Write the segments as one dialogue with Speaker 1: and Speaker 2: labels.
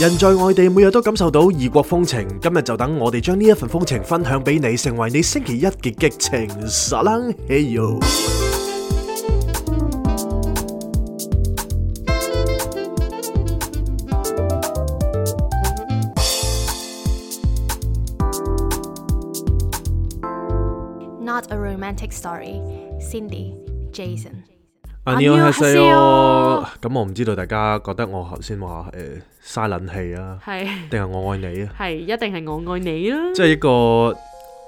Speaker 1: 人在外地，每日都感受到異國風情。今日就等我哋將呢一份風情分享俾你，成為你星期一嘅激情。Salang heyo！
Speaker 2: Not a romantic story. Cindy, Jason。
Speaker 1: 안녕하세요 咁我唔知道大家覺得我頭先話誒嘥撚氣啊，
Speaker 3: 係
Speaker 1: 定係我愛你啊？
Speaker 3: 係一定係我愛你啦，
Speaker 1: 即係一個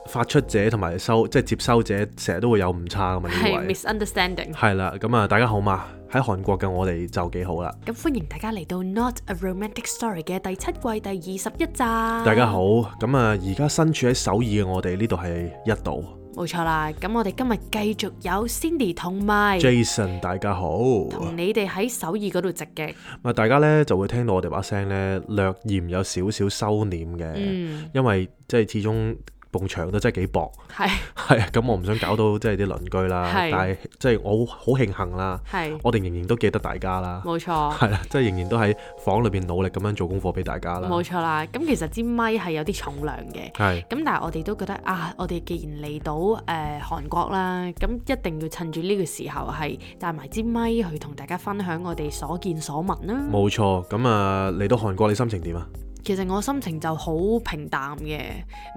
Speaker 1: 發出者同埋收即係接收者，成日都會有誤差噶嘛呢
Speaker 3: 係
Speaker 1: 位。
Speaker 3: misunderstanding。
Speaker 1: 係啦，咁啊，大家好嘛？喺韓國嘅我哋就幾好啦。
Speaker 3: 咁歡迎大家嚟到 Not a Romantic Story 嘅第七季第二十一集。大
Speaker 1: 大家好，，咁啊，而家身處喺首爾嘅我哋呢度係一度
Speaker 3: 冇錯啦。咁我哋今日繼續有 Cindy 同埋
Speaker 1: Jason，大家好。
Speaker 3: 同你哋喺首爾嗰度直擊。
Speaker 1: 咁啊，大家咧就會聽到我哋把聲咧略嫌有少少收斂嘅，
Speaker 3: 嗯，
Speaker 1: 因為即係始終埲牆都真係幾薄，
Speaker 3: 係
Speaker 1: 係啊，咁我唔想搞到即係啲鄰居啦。但
Speaker 3: 係
Speaker 1: 係即係我好好慶幸啦，
Speaker 3: 係
Speaker 1: 我哋仍然都記得大家啦，
Speaker 3: 冇 錯。
Speaker 1: 係啦，即係仍然都喺房裏邊努力咁樣做功課俾大家啦。
Speaker 3: 冇錯啦，咁其實支咪係有啲重量嘅，
Speaker 1: 係
Speaker 3: 咁但係我哋都覺得啊，我哋既然嚟到誒、呃、韓國啦，咁一定要趁住呢個時候係帶埋支咪去同大家分享我哋所見所聞啦。
Speaker 1: 冇錯，咁啊嚟到韓國你心情點啊？
Speaker 3: 其實我心情就好平淡嘅，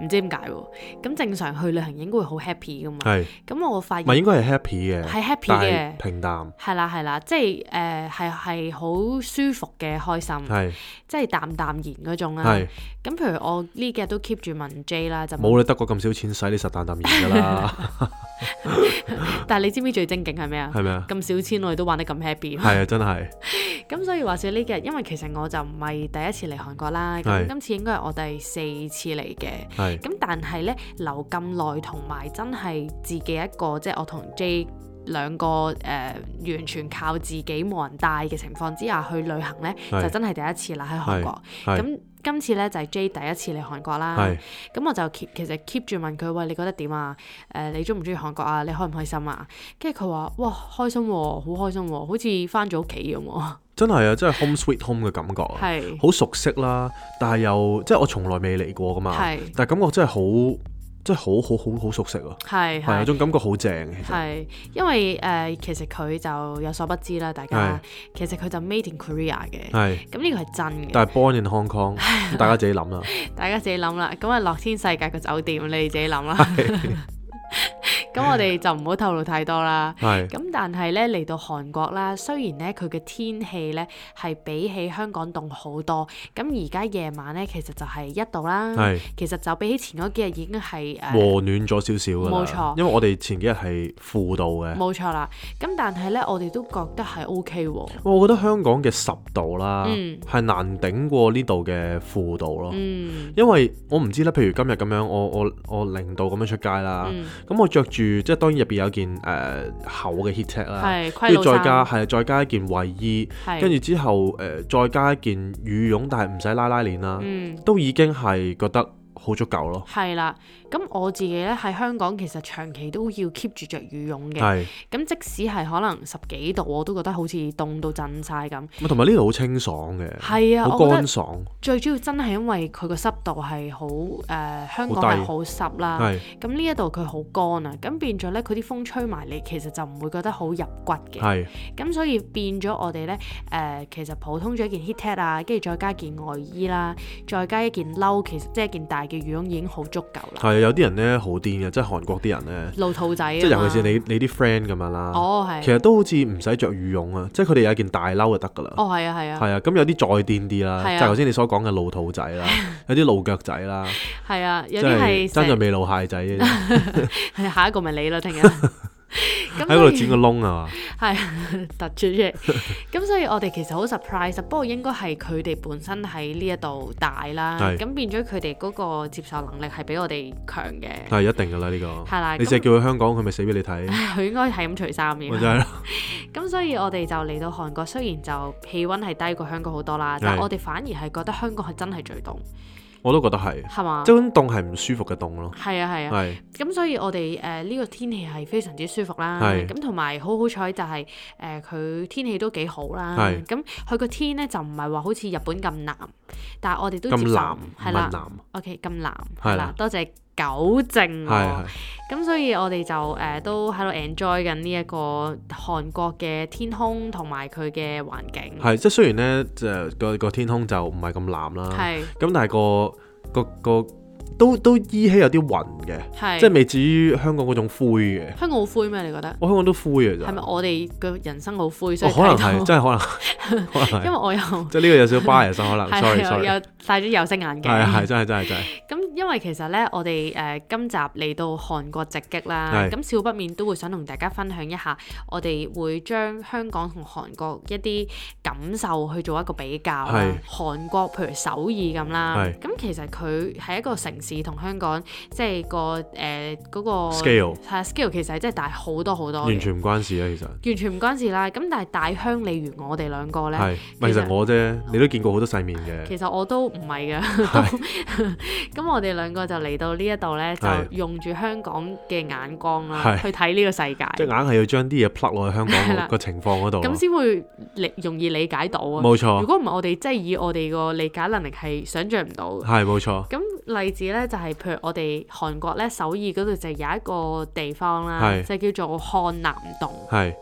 Speaker 3: 唔知點解喎。咁正常去旅行應該會好 happy 噶嘛。
Speaker 1: 係
Speaker 3: 咁我發
Speaker 1: 唔係
Speaker 3: 現
Speaker 1: 應該係 happy 嘅？
Speaker 3: 係 happy
Speaker 1: 但
Speaker 3: 嘅
Speaker 1: 係平淡
Speaker 3: 係啦係啦，即係誒係係好舒服嘅開心，
Speaker 1: 係
Speaker 3: 即係淡淡然嗰種啦。
Speaker 1: 係
Speaker 3: 咁譬如我呢幾日都 keep 住問 J 啦，就
Speaker 1: 冇你德國咁少錢使，你實淡淡然㗎 啦，
Speaker 3: 但係你知唔知最正經係咩啊？
Speaker 1: 係咪啊？
Speaker 3: 咁少錢我哋都玩得咁 happy。
Speaker 1: 係啊，真係
Speaker 3: 咁所以話說呢幾日，因為其實我就唔係第一次嚟韓國啦，
Speaker 1: 係
Speaker 3: 咁今次應該係我第四次嚟嘅。
Speaker 1: 係
Speaker 3: 咁但係咧留咁耐，同埋真係自己一個，即係我同 J 兩個誒、呃完全靠自己冇人帶嘅情況之下去旅行咧，
Speaker 1: 係
Speaker 3: 就真係第一次啦喺韓國。
Speaker 1: 係
Speaker 3: 咁今次咧就係、J 第一次嚟韓國啦
Speaker 1: 係。
Speaker 3: 咁我就 keep 其實 keep 住問佢喂，你覺得點啊？誒、你中唔中意韓國啊？你開唔開心啊？跟住佢話哇開心喎、好開心喎、好似翻咗屋企咁喎。
Speaker 1: 真係啊，真係 home sweet home 嘅感覺啊，
Speaker 3: 係
Speaker 1: 好熟悉啦，但係又即係我從來未嚟過㗎嘛，
Speaker 3: 係
Speaker 1: 但係感覺真係好，真係好好好好熟悉啊，
Speaker 3: 係
Speaker 1: 係有
Speaker 3: 係。
Speaker 1: 種感覺好正其實
Speaker 3: 係，因為誒、呃其實佢就有所不知啦，大家其實佢就 made in Korea 嘅，
Speaker 1: 係，
Speaker 3: 咁呢個係真嘅，
Speaker 1: 但係 born in Hong Kong，咁大家自己諗啦，
Speaker 3: 大家自己諗啦。咁啊，樂天世界個酒店你哋自己諗啦。 咁我哋就唔好透露太多啦。
Speaker 1: 係
Speaker 3: 咁但係咧嚟到韓國啦，雖然咧佢嘅天氣咧係比起香港凍好多，咁而家夜晚咧其實就係一度啦，
Speaker 1: 係
Speaker 3: 其實就比起前嗰幾日已經係呃誒。
Speaker 1: 和暖咗少少㗎啦，
Speaker 3: 冇錯
Speaker 1: 因為我哋前幾日係負度嘅。
Speaker 3: 冇錯啦，咁但係咧，我哋都覺得係 O K 喎，
Speaker 1: 我覺得香港嘅十度啦，
Speaker 3: 嗯
Speaker 1: 係、難頂過呢度嘅負度咯。
Speaker 3: 嗯
Speaker 1: 因為我唔知咧，譬如今日咁樣，我我我零度咁樣出街啦，
Speaker 3: 嗯，
Speaker 1: 咁、我着住即係當然入邊有件誒、呃厚嘅 heat tech 啦，
Speaker 3: 係
Speaker 1: 跟
Speaker 3: 規
Speaker 1: 住
Speaker 3: 路
Speaker 1: 再
Speaker 3: 衫
Speaker 1: 加係啊再加一件衞衣，
Speaker 3: 係
Speaker 1: 跟住之後誒、呃再加一件羽絨，但係唔使拉拉鏈啦，
Speaker 3: 嗯。
Speaker 1: 都已經係覺得好足夠咯。
Speaker 3: 係啦，咁我自己咧喺香港其實長期都要 keep 住着羽絨嘅，
Speaker 1: 係，
Speaker 3: 咁即使係可能十幾度，我都覺得好似凍到震晒咁。
Speaker 1: 咁同埋呢度好清爽嘅，
Speaker 3: 係啊，
Speaker 1: 好
Speaker 3: 我覺
Speaker 1: 乾
Speaker 3: 得
Speaker 1: 爽，
Speaker 3: 最主要真係因為佢個濕度係好誒，香港
Speaker 1: 好低
Speaker 3: 係好濕啦，
Speaker 1: 係
Speaker 3: 咁呢一度佢好乾啊，咁變咗咧佢啲風吹埋嚟，其實就唔會覺得好入骨嘅。
Speaker 1: 係
Speaker 3: 咁所以變咗我哋咧誒，其實普通咗一件 heat tech 啊，跟住再加件外衣啦，再加一件褸，其實即係一件大嘅羽絨已經好足夠啦。
Speaker 1: 係啊有啲人咧好癲嘅，即係韓國啲人咧。
Speaker 3: 露肚仔
Speaker 1: 即係
Speaker 3: 啊嘛
Speaker 1: 尤其是你你啲 friend 咁樣啦，
Speaker 3: 哦，係。
Speaker 1: 其實都好似唔使着羽絨啊，即係佢哋有一件大褸就得㗎啦。
Speaker 3: 哦，係啊，係啊，
Speaker 1: 係啊，咁有啲再癲啲啦，
Speaker 3: 係啊
Speaker 1: 即係頭先你所講嘅露肚仔 啦，有啲露腳仔啦，
Speaker 3: 係啊，
Speaker 1: 即
Speaker 3: 有啲
Speaker 1: 係
Speaker 3: 係
Speaker 1: 真就
Speaker 3: 成
Speaker 1: 未露蟹仔嘅，
Speaker 3: 係 下一個咪你啦，聽日 咁
Speaker 1: 喺嗰
Speaker 3: 所
Speaker 1: 度
Speaker 3: 以
Speaker 1: 剪個窿啊嘛。
Speaker 3: 係 突出啫。 咁所以我哋其實好 surprise，不過啊應該係佢哋本身喺呢一度大啦，
Speaker 1: 係
Speaker 3: 咁變咗佢哋嗰個接受能力係比我哋強嘅，
Speaker 1: 係一定㗎啦呢個。
Speaker 3: 係啦。
Speaker 1: 哦你成日
Speaker 3: 咁
Speaker 1: 叫佢香港，佢咪死俾你睇，
Speaker 3: 佢應該係咁除衫
Speaker 1: 咪
Speaker 3: 嘅
Speaker 1: 就。係 咯。
Speaker 3: 咁所以我哋就嚟到韓國，雖然就氣温係低過香港好多啦，但
Speaker 1: 係
Speaker 3: 我哋反而係覺得香港係真係最凍。
Speaker 1: 我都覺得係，
Speaker 3: 係嘛
Speaker 1: 即？係嗰種凍係唔舒服嘅凍咯，
Speaker 3: 係啊係啊，
Speaker 1: 係
Speaker 3: 咁所以我哋誒呢個天氣係非常之舒服啦，
Speaker 1: 係
Speaker 3: 咁同埋好好彩就係誒佢天氣都幾好啦
Speaker 1: 係，
Speaker 3: 咁佢個天咧就唔係話好似日本咁藍，但係我哋都接
Speaker 1: 咁
Speaker 3: 受
Speaker 1: 藍唔
Speaker 3: 係
Speaker 1: 係
Speaker 3: 啦嗯
Speaker 1: 藍，
Speaker 3: ，OK 咁藍
Speaker 1: 係
Speaker 3: 係
Speaker 1: 啦
Speaker 3: 啦，多謝糾正
Speaker 1: 係
Speaker 3: 我
Speaker 1: 係，
Speaker 3: 咁所以我哋就誒、呃都喺度 enjoy 緊呢一個韓國嘅天空同埋佢嘅環境，
Speaker 1: 係即係雖然咧就個個天空就唔係咁藍啦，
Speaker 3: 係
Speaker 1: 咁但係個個個都都依稀有啲雲嘅，
Speaker 3: 係
Speaker 1: 即係未至於香港嗰種灰嘅，
Speaker 3: 香港好灰咩？你覺得
Speaker 1: 我香港都灰嘅
Speaker 3: 係咪
Speaker 1: 咋，
Speaker 3: 我哋嘅人生好灰？所
Speaker 1: 啊哦
Speaker 3: 以
Speaker 1: 可能
Speaker 3: 睇到
Speaker 1: 係真係可 能可能
Speaker 3: 因為
Speaker 1: 係，
Speaker 3: 我又。
Speaker 1: 即係呢個有少少 bias 啊可能
Speaker 3: 係
Speaker 1: ，sorry
Speaker 3: 係
Speaker 1: sorry，
Speaker 3: 有戴咗有色眼
Speaker 1: 係啊係
Speaker 3: 鏡。
Speaker 1: 真係真係真係。
Speaker 3: 咁因為其實呢，我哋誒、呃今集嚟到韓國直擊啦，
Speaker 1: 係
Speaker 3: 咁少不免都會想同大家分享一下，我哋會將香港同韓國一啲感受去做一個比較啦
Speaker 1: 係。
Speaker 3: 韓國譬如首爾咁啦
Speaker 1: 係，
Speaker 3: 咁其實佢係一個城市同香港即係個誒嗰個
Speaker 1: Scale
Speaker 3: 係啊 scale 其實係真係大好多好多嘅，
Speaker 1: 完全唔關事啊，其實
Speaker 3: 完全唔關事啦。咁但係大鄉里如我哋兩個呢。
Speaker 1: 係，唔係其
Speaker 3: 其
Speaker 1: 實
Speaker 3: 實嗯
Speaker 1: 我啫，你都見過好多世面嘅，
Speaker 3: 其實我都唔係嘅， 咁我哋兩個就嚟到呢一度呢，
Speaker 1: 係
Speaker 3: 就用住香港嘅眼光啦，
Speaker 1: 係
Speaker 3: 去睇呢個世
Speaker 1: 即係
Speaker 3: 界，
Speaker 1: 硬係要將啲嘢 plug 落去香港
Speaker 3: 係
Speaker 1: 個
Speaker 3: 啦
Speaker 1: 個情況嗰度
Speaker 3: 咁
Speaker 1: 咯，
Speaker 3: 先會理容易理解到啊。
Speaker 1: 冇
Speaker 3: 如
Speaker 1: 錯，
Speaker 3: 果唔係，我哋真係以我哋個理解能力係想像唔到嘅。
Speaker 1: 係冇錯，
Speaker 3: 咁例子呢，就係、譬如我哋韓國呢，首爾嗰度就有一個地方啦，
Speaker 1: 係
Speaker 3: 就叫做漢南洞。
Speaker 1: 係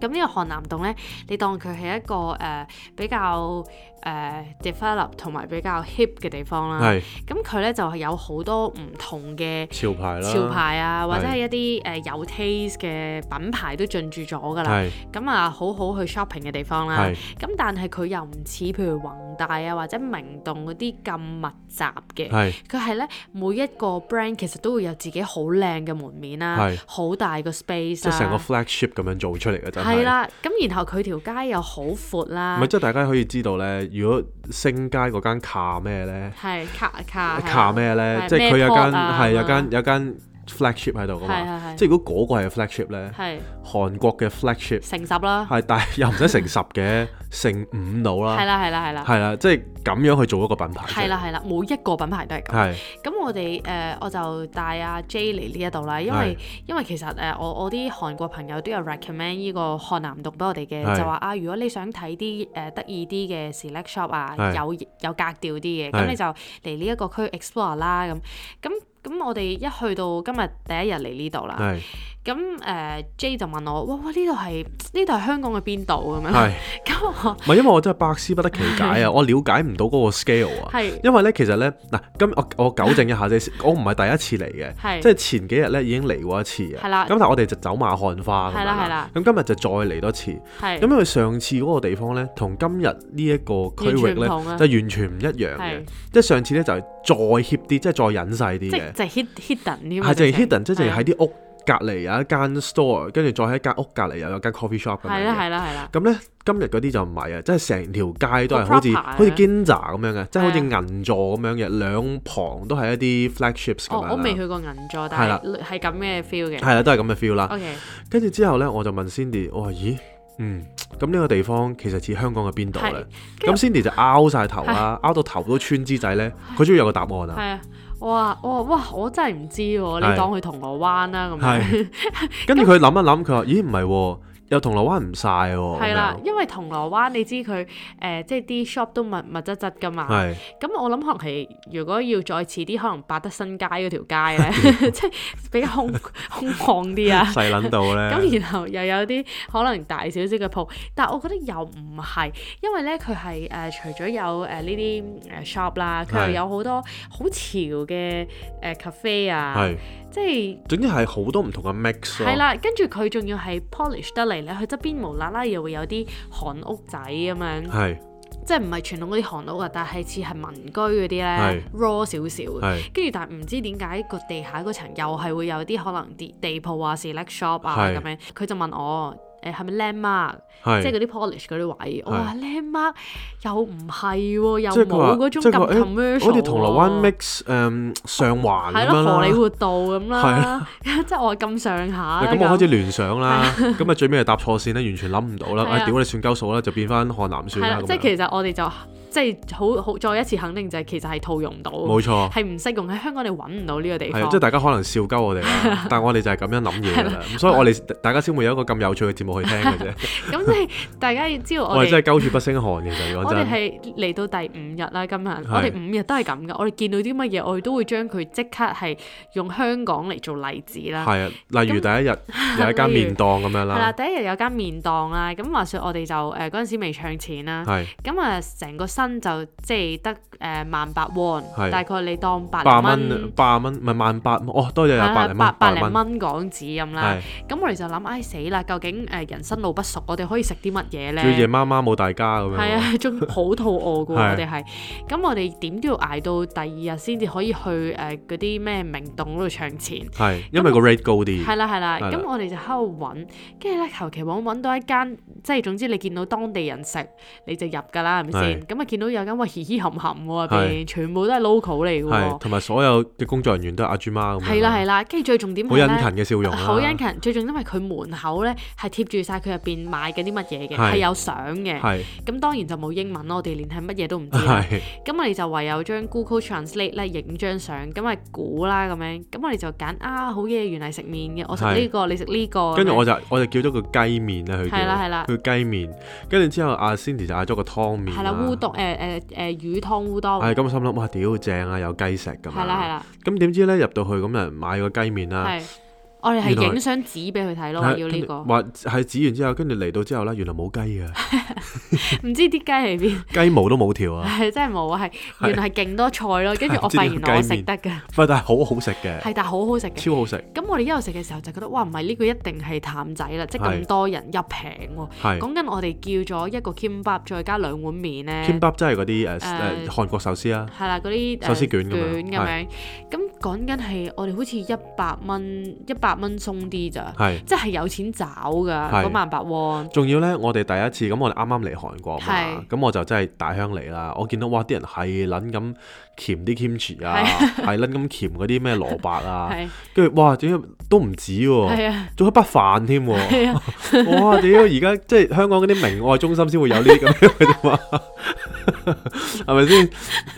Speaker 3: 咁呢個漢南洞呢，你當佢係一個誒、呃比較誒、呃 develop 同埋比較 hip 嘅地方啦。
Speaker 1: 係
Speaker 3: 咁佢咧就係有好多唔同嘅
Speaker 1: 潮牌啦，
Speaker 3: 潮牌啊，或者
Speaker 1: 係
Speaker 3: 係一啲誒、呃有 taste 嘅品牌都進駐咗㗎啦。啊
Speaker 1: 係
Speaker 3: 咁啊，好好去 shopping 嘅地方啦。
Speaker 1: 係
Speaker 3: 咁但係佢又唔似譬如宏大啊或者明洞嗰啲咁密集嘅。
Speaker 1: 係
Speaker 3: 佢係咧每一個 brand 其實都會有自己好靚嘅門面啦
Speaker 1: 係，
Speaker 3: 好大個 space
Speaker 1: 即
Speaker 3: 啊
Speaker 1: 係成個
Speaker 3: 啦。
Speaker 1: flagship 咁樣做出嚟嘅真
Speaker 3: 係
Speaker 1: 係。
Speaker 3: 啦，咁然後佢條街又好闊
Speaker 1: 唔
Speaker 3: 啦
Speaker 1: 係，，即係大家可以知道咧，如果星街嗰間卡咩咧，
Speaker 3: 係啊卡卡
Speaker 1: 卡咩咧，
Speaker 3: 係
Speaker 1: 即係佢有
Speaker 3: 咩 port
Speaker 1: 間
Speaker 3: 啊
Speaker 1: 係有
Speaker 3: 咁啊
Speaker 1: 間有間 flagship 喺度噶
Speaker 3: 係
Speaker 1: 嘛
Speaker 3: 係，係
Speaker 1: 即係如果嗰個係 flagship 咧，
Speaker 3: 係
Speaker 1: 韓國嘅 flagship
Speaker 3: 成十啦，
Speaker 1: 係，但係又唔使成十嘅，成五到啦
Speaker 3: 係。啦係啦係啦。
Speaker 1: 啊係啦，即係咁樣去做一個品牌。
Speaker 3: 啊係啦，係啦，每一個品牌都係咁。
Speaker 1: 係
Speaker 3: 咁我哋誒、呃我就帶阿 J 嚟呢一度啦，因為因為其實誒、呃我我啲韓國朋友都有 recommend 呢個漢南洞俾我哋
Speaker 1: 係
Speaker 3: 嘅，就話啊，如果你想睇啲誒得意啲嘅 select shop 啊
Speaker 1: 係，
Speaker 3: 有有格調啲嘅，
Speaker 1: 係
Speaker 3: 咁你就嚟呢一個區 explore 啦，咁咁。咁我哋一去到今日第一日嚟呢度啦，
Speaker 1: 係
Speaker 3: 咁誒、呃 J 就問我：，哇哇，呢度係呢度係香港嘅邊度咁樣？
Speaker 1: 係，
Speaker 3: 咁我
Speaker 1: 唔係因為我真係百思不得其解啊！ 我了解唔到嗰個 scale 啊。
Speaker 3: 係
Speaker 1: 因為咧，其實咧，嗱，今我我糾正一下啫，我唔係第一次嚟嘅，
Speaker 3: 係
Speaker 1: 即係前幾日咧已經嚟過一次嘅。
Speaker 3: 係啦
Speaker 1: 咁但係我哋就走馬看花咁樣
Speaker 3: 係啦係啦
Speaker 1: 咁今日就再嚟多次。
Speaker 3: 係
Speaker 1: 咁因為上次嗰個地方咧，同今日呢一個區域
Speaker 3: 完全
Speaker 1: 咧，
Speaker 3: 唔同啊
Speaker 1: 就完全唔一樣嘅
Speaker 3: 係。
Speaker 1: 即係上次咧就係再 hip 啲，即係再隱細啲
Speaker 3: 即
Speaker 1: 嘅
Speaker 3: 係。就係 hid- hidden 添啊，
Speaker 1: 係淨係
Speaker 3: 直情
Speaker 1: hidden，即係淨係
Speaker 3: 啊
Speaker 1: 喺啲屋隔離有一間 store，跟住再喺間屋隔離又有間 coffee shop 咁
Speaker 3: 係
Speaker 1: 樣
Speaker 3: 啦
Speaker 1: 嘅。
Speaker 3: 係啦係啦，
Speaker 1: 咁咧今日嗰啲就唔係啊，即係成條街都係好似
Speaker 3: 好 proper 啊
Speaker 1: 好似 Ginza 咁樣嘅，即係好似
Speaker 3: 係啊
Speaker 1: 銀座咁樣嘅，兩旁都係一啲 flagships 咁
Speaker 3: 哦
Speaker 1: 樣，
Speaker 3: 我未
Speaker 1: 啦。
Speaker 3: 去過銀座，
Speaker 1: 係
Speaker 3: 但
Speaker 1: 啦
Speaker 3: 係係咁嘅 feel 嘅。
Speaker 1: 係啦，都係咁嘅 feel 啦。
Speaker 3: OK，
Speaker 1: 跟住之後咧，我就問 Cindy，我話咦，嗯，咁呢個地方其實似香港嘅邊度咧
Speaker 3: 係？
Speaker 1: 咁 Cindy 就拗晒頭啦，拗到頭都穿之仔咧，佢終於有個答案啦。
Speaker 3: 係啊，哇哇哇，我真係唔知喎，
Speaker 1: 係
Speaker 3: 你當佢銅鑼灣啦咁樣。
Speaker 1: 係，跟住佢諗一諗，佢話：咦，唔係喎，有銅鑼灣唔晒喎。
Speaker 3: 係啦
Speaker 1: 咁樣，
Speaker 3: 因為銅鑼灣你知佢誒、呃即係啲 shop 都密密質質噶嘛。
Speaker 1: 係
Speaker 3: 咁我諗可能係如果要再遲啲，可能百德新街嗰條街 咧，即係比較空空曠啲啊。
Speaker 1: 細撚到咧，
Speaker 3: 咁然後又有啲可能大少少嘅鋪，但我覺得又唔係，因為咧佢係誒除咗有誒呢啲誒 shop 啦，佢
Speaker 1: 係
Speaker 3: 又有好多好潮嘅誒 cafe 啊，
Speaker 1: 係
Speaker 3: 即係。
Speaker 1: 總之係好多唔同嘅 mix
Speaker 3: 係
Speaker 1: 咯，
Speaker 3: 啦，跟住佢仲要係 polish 得嚟咧，佢側邊無啦啦又會有啲韓屋仔咁樣，
Speaker 1: 係
Speaker 3: 即係唔係傳統嗰啲韓屋啊，但係似係民居嗰啲咧
Speaker 1: 係
Speaker 3: raw 少少嘅
Speaker 1: 係
Speaker 3: 跟住但係唔知點解個地下嗰層又係會有啲可能地地鋪啊、select shop 啊
Speaker 1: 係
Speaker 3: 咁樣，佢就問我誒係咪 landmark，即
Speaker 1: 係。
Speaker 3: 係嗰啲 polish 嗰啲位，我話 landmark 又唔係喎，又
Speaker 1: 即係佢話
Speaker 3: 冇嗰，種
Speaker 1: 即係
Speaker 3: 咁
Speaker 1: 佢話誒
Speaker 3: commercial，
Speaker 1: 好似銅鑼灣
Speaker 3: 喎
Speaker 1: mix 誒上環咁
Speaker 3: 係
Speaker 1: 樣
Speaker 3: 咯荷里
Speaker 1: 啦。
Speaker 3: 活啊道咁
Speaker 1: 係
Speaker 3: 啦， 即係我咁上下啦
Speaker 1: 喂咁我開始聯想啦，咁啊啊最尾係搭錯線咧，完全諗唔到啦。
Speaker 3: 係啊
Speaker 1: 唉，屌你算鳩數啦，就變翻漢南
Speaker 3: 係
Speaker 1: 算啦。
Speaker 3: 啦，
Speaker 1: 咁
Speaker 3: 即係
Speaker 1: 樣
Speaker 3: 其實我哋就即係好好再一次肯定就係其實係套用唔到，
Speaker 1: 冇錯
Speaker 3: 係唔適用喺香港你揾唔到呢個地
Speaker 1: 係啊
Speaker 3: 方，
Speaker 1: 即係大家可能笑鳩我哋 啦，但係我哋就係咁樣諗嘢㗎啦，咁所以我哋大家先會有一個咁有趣嘅節目去聽嘅啫。
Speaker 3: 咁即係大家要知道
Speaker 1: 我
Speaker 3: 我
Speaker 1: 哋真
Speaker 3: 哋
Speaker 1: 係鳩住不勝寒，其實講
Speaker 3: 我哋
Speaker 1: 真。
Speaker 3: 係嚟到第五日啦，今日我哋五日都係咁噶，我哋見到啲乜嘢我哋都會將佢即刻係用香港嚟做例子啦。
Speaker 1: 係啊，例如第一日有一間
Speaker 3: 例如
Speaker 1: 麵檔咁樣
Speaker 3: 係啦，
Speaker 1: 啦，
Speaker 3: 第一日有間麵檔啦，咁話說我哋就呃誒嗰陣時未唱錢啦，
Speaker 1: 係
Speaker 3: 咁啊成個身就即係得誒萬八 won，
Speaker 1: 係
Speaker 3: 大概你當百
Speaker 1: 八
Speaker 3: 零
Speaker 1: 蚊，
Speaker 3: 蚊，
Speaker 1: 八蚊唔係萬八，哦，多咗有
Speaker 3: 係
Speaker 1: 百
Speaker 3: 啦
Speaker 1: 零
Speaker 3: 百
Speaker 1: 蚊，
Speaker 3: 百
Speaker 1: 零
Speaker 3: 零，蚊港紙咁啦
Speaker 1: 係。
Speaker 3: 咁我哋就諗，唉死啦！究竟誒、呃人生路不熟，我哋可以食啲乜嘢
Speaker 1: 叫夜
Speaker 3: 咧？
Speaker 1: 媽媽冇大家咁樣。
Speaker 3: 係啊， 仲好肚餓噶喎，
Speaker 1: 係
Speaker 3: 我哋係。咁我哋點都要捱到第二日先至可以去誒嗰啲咩明洞嗰度唱錢。
Speaker 1: 係，因為個 rate 高啲。
Speaker 3: 係啦係啦，
Speaker 1: 係啦
Speaker 3: 咁我哋就喺度揾，跟住咧求其揾揾到一間，即係總之你見到當地人食你就入㗎啦，係咪先？
Speaker 1: 係
Speaker 3: 咁啊見到有間喂嘻嘻含含喎入
Speaker 1: 係
Speaker 3: 邊，全部都係 local 嚟㗎
Speaker 1: 係，
Speaker 3: 喎。
Speaker 1: 同埋所有嘅工作人員都係阿豬媽咁樣。
Speaker 3: 係啦係啦，跟住最重點
Speaker 1: 好
Speaker 3: 係
Speaker 1: 殷
Speaker 3: 咧。
Speaker 1: 勤嘅笑容啦。啊
Speaker 3: 好殷勤，最重因為佢門口咧係貼住晒佢入邊賣緊啲乜嘢嘅，
Speaker 1: 係
Speaker 3: 係有相嘅。
Speaker 1: 係
Speaker 3: 咁當然就冇英文咯，我哋連係乜嘢都唔知啊啦。
Speaker 1: 係
Speaker 3: 咁我哋就唯有將 Google Translate 咧影張相，咁咪估啦咁樣。咁我哋就揀啊，好嘢，原嚟食麵嘅，我食呢個，你食呢個。
Speaker 1: 跟住我
Speaker 3: 就
Speaker 1: 就我就叫咗個雞麵啊啦，佢叫
Speaker 3: 係啦係啦
Speaker 1: 佢雞麵，跟住之後阿 Cindy 就嗌咗個湯麵啊
Speaker 3: 係啦，烏冬誒誒誒魚湯烏冬。
Speaker 1: 係咁，我心諗哇屌正啊，有雞食咁樣。
Speaker 3: 係啦係啦，
Speaker 1: 咁點知咧入到去咁人買個雞麵啊啦，
Speaker 3: 係。我哋
Speaker 1: 原來
Speaker 3: 係影相指俾佢睇咯，話要呢個，
Speaker 1: 話係指完之後，跟住嚟到之後咧，原來冇雞啊，
Speaker 3: 唔知啲雞 喺邊，
Speaker 1: 雞毛都冇條 啊，
Speaker 3: 係真係冇啊，係原來係勁多菜 咯，跟住我
Speaker 1: 唔知呢
Speaker 3: 發
Speaker 1: 個
Speaker 3: 現我
Speaker 1: 雞
Speaker 3: 食
Speaker 1: 面
Speaker 3: 得㗎，
Speaker 1: 喂，但係好好食嘅，
Speaker 3: 係但係好好食嘅。
Speaker 1: 超好食，
Speaker 3: 咁我哋一路食嘅時候就覺得，哇，唔係呢個一定係淡仔啦，即係
Speaker 1: 係
Speaker 3: 咁多人又平喎。
Speaker 1: 係。
Speaker 3: 講緊我哋叫咗一個 kimbap，再加兩碗麵咧，
Speaker 1: kimbap 真係嗰啲誒誒
Speaker 3: 誒
Speaker 1: 韓國壽司啊，
Speaker 3: 係啦，嗰啲誒
Speaker 1: 壽司卷咁樣
Speaker 3: 卷咁樣。咁講緊係我哋好似一百蚊，一百蚊鬆啲咋，
Speaker 1: 係。
Speaker 3: 即係有錢找㗎
Speaker 1: 係
Speaker 3: 嗰萬八 won。
Speaker 1: 仲要呢，我哋第一次咁，我哋啱啱嚟韓國嘛
Speaker 3: 係，
Speaker 1: 咁我就真係大鄉嚟啦。我見到哇，啲人係撚咁鉗啲 kimchi 啊，係撚咁鉗嗰啲咩蘿蔔啊，
Speaker 3: 係
Speaker 1: 跟住哇，點解都唔止喎，
Speaker 3: 係啊，
Speaker 1: 仲有一筆飯添喎。
Speaker 3: 係啊，
Speaker 1: 哇！屌，而家即係香港嗰啲明愛中心先會有呢啲咁樣嘅啫 嘛，係咪先？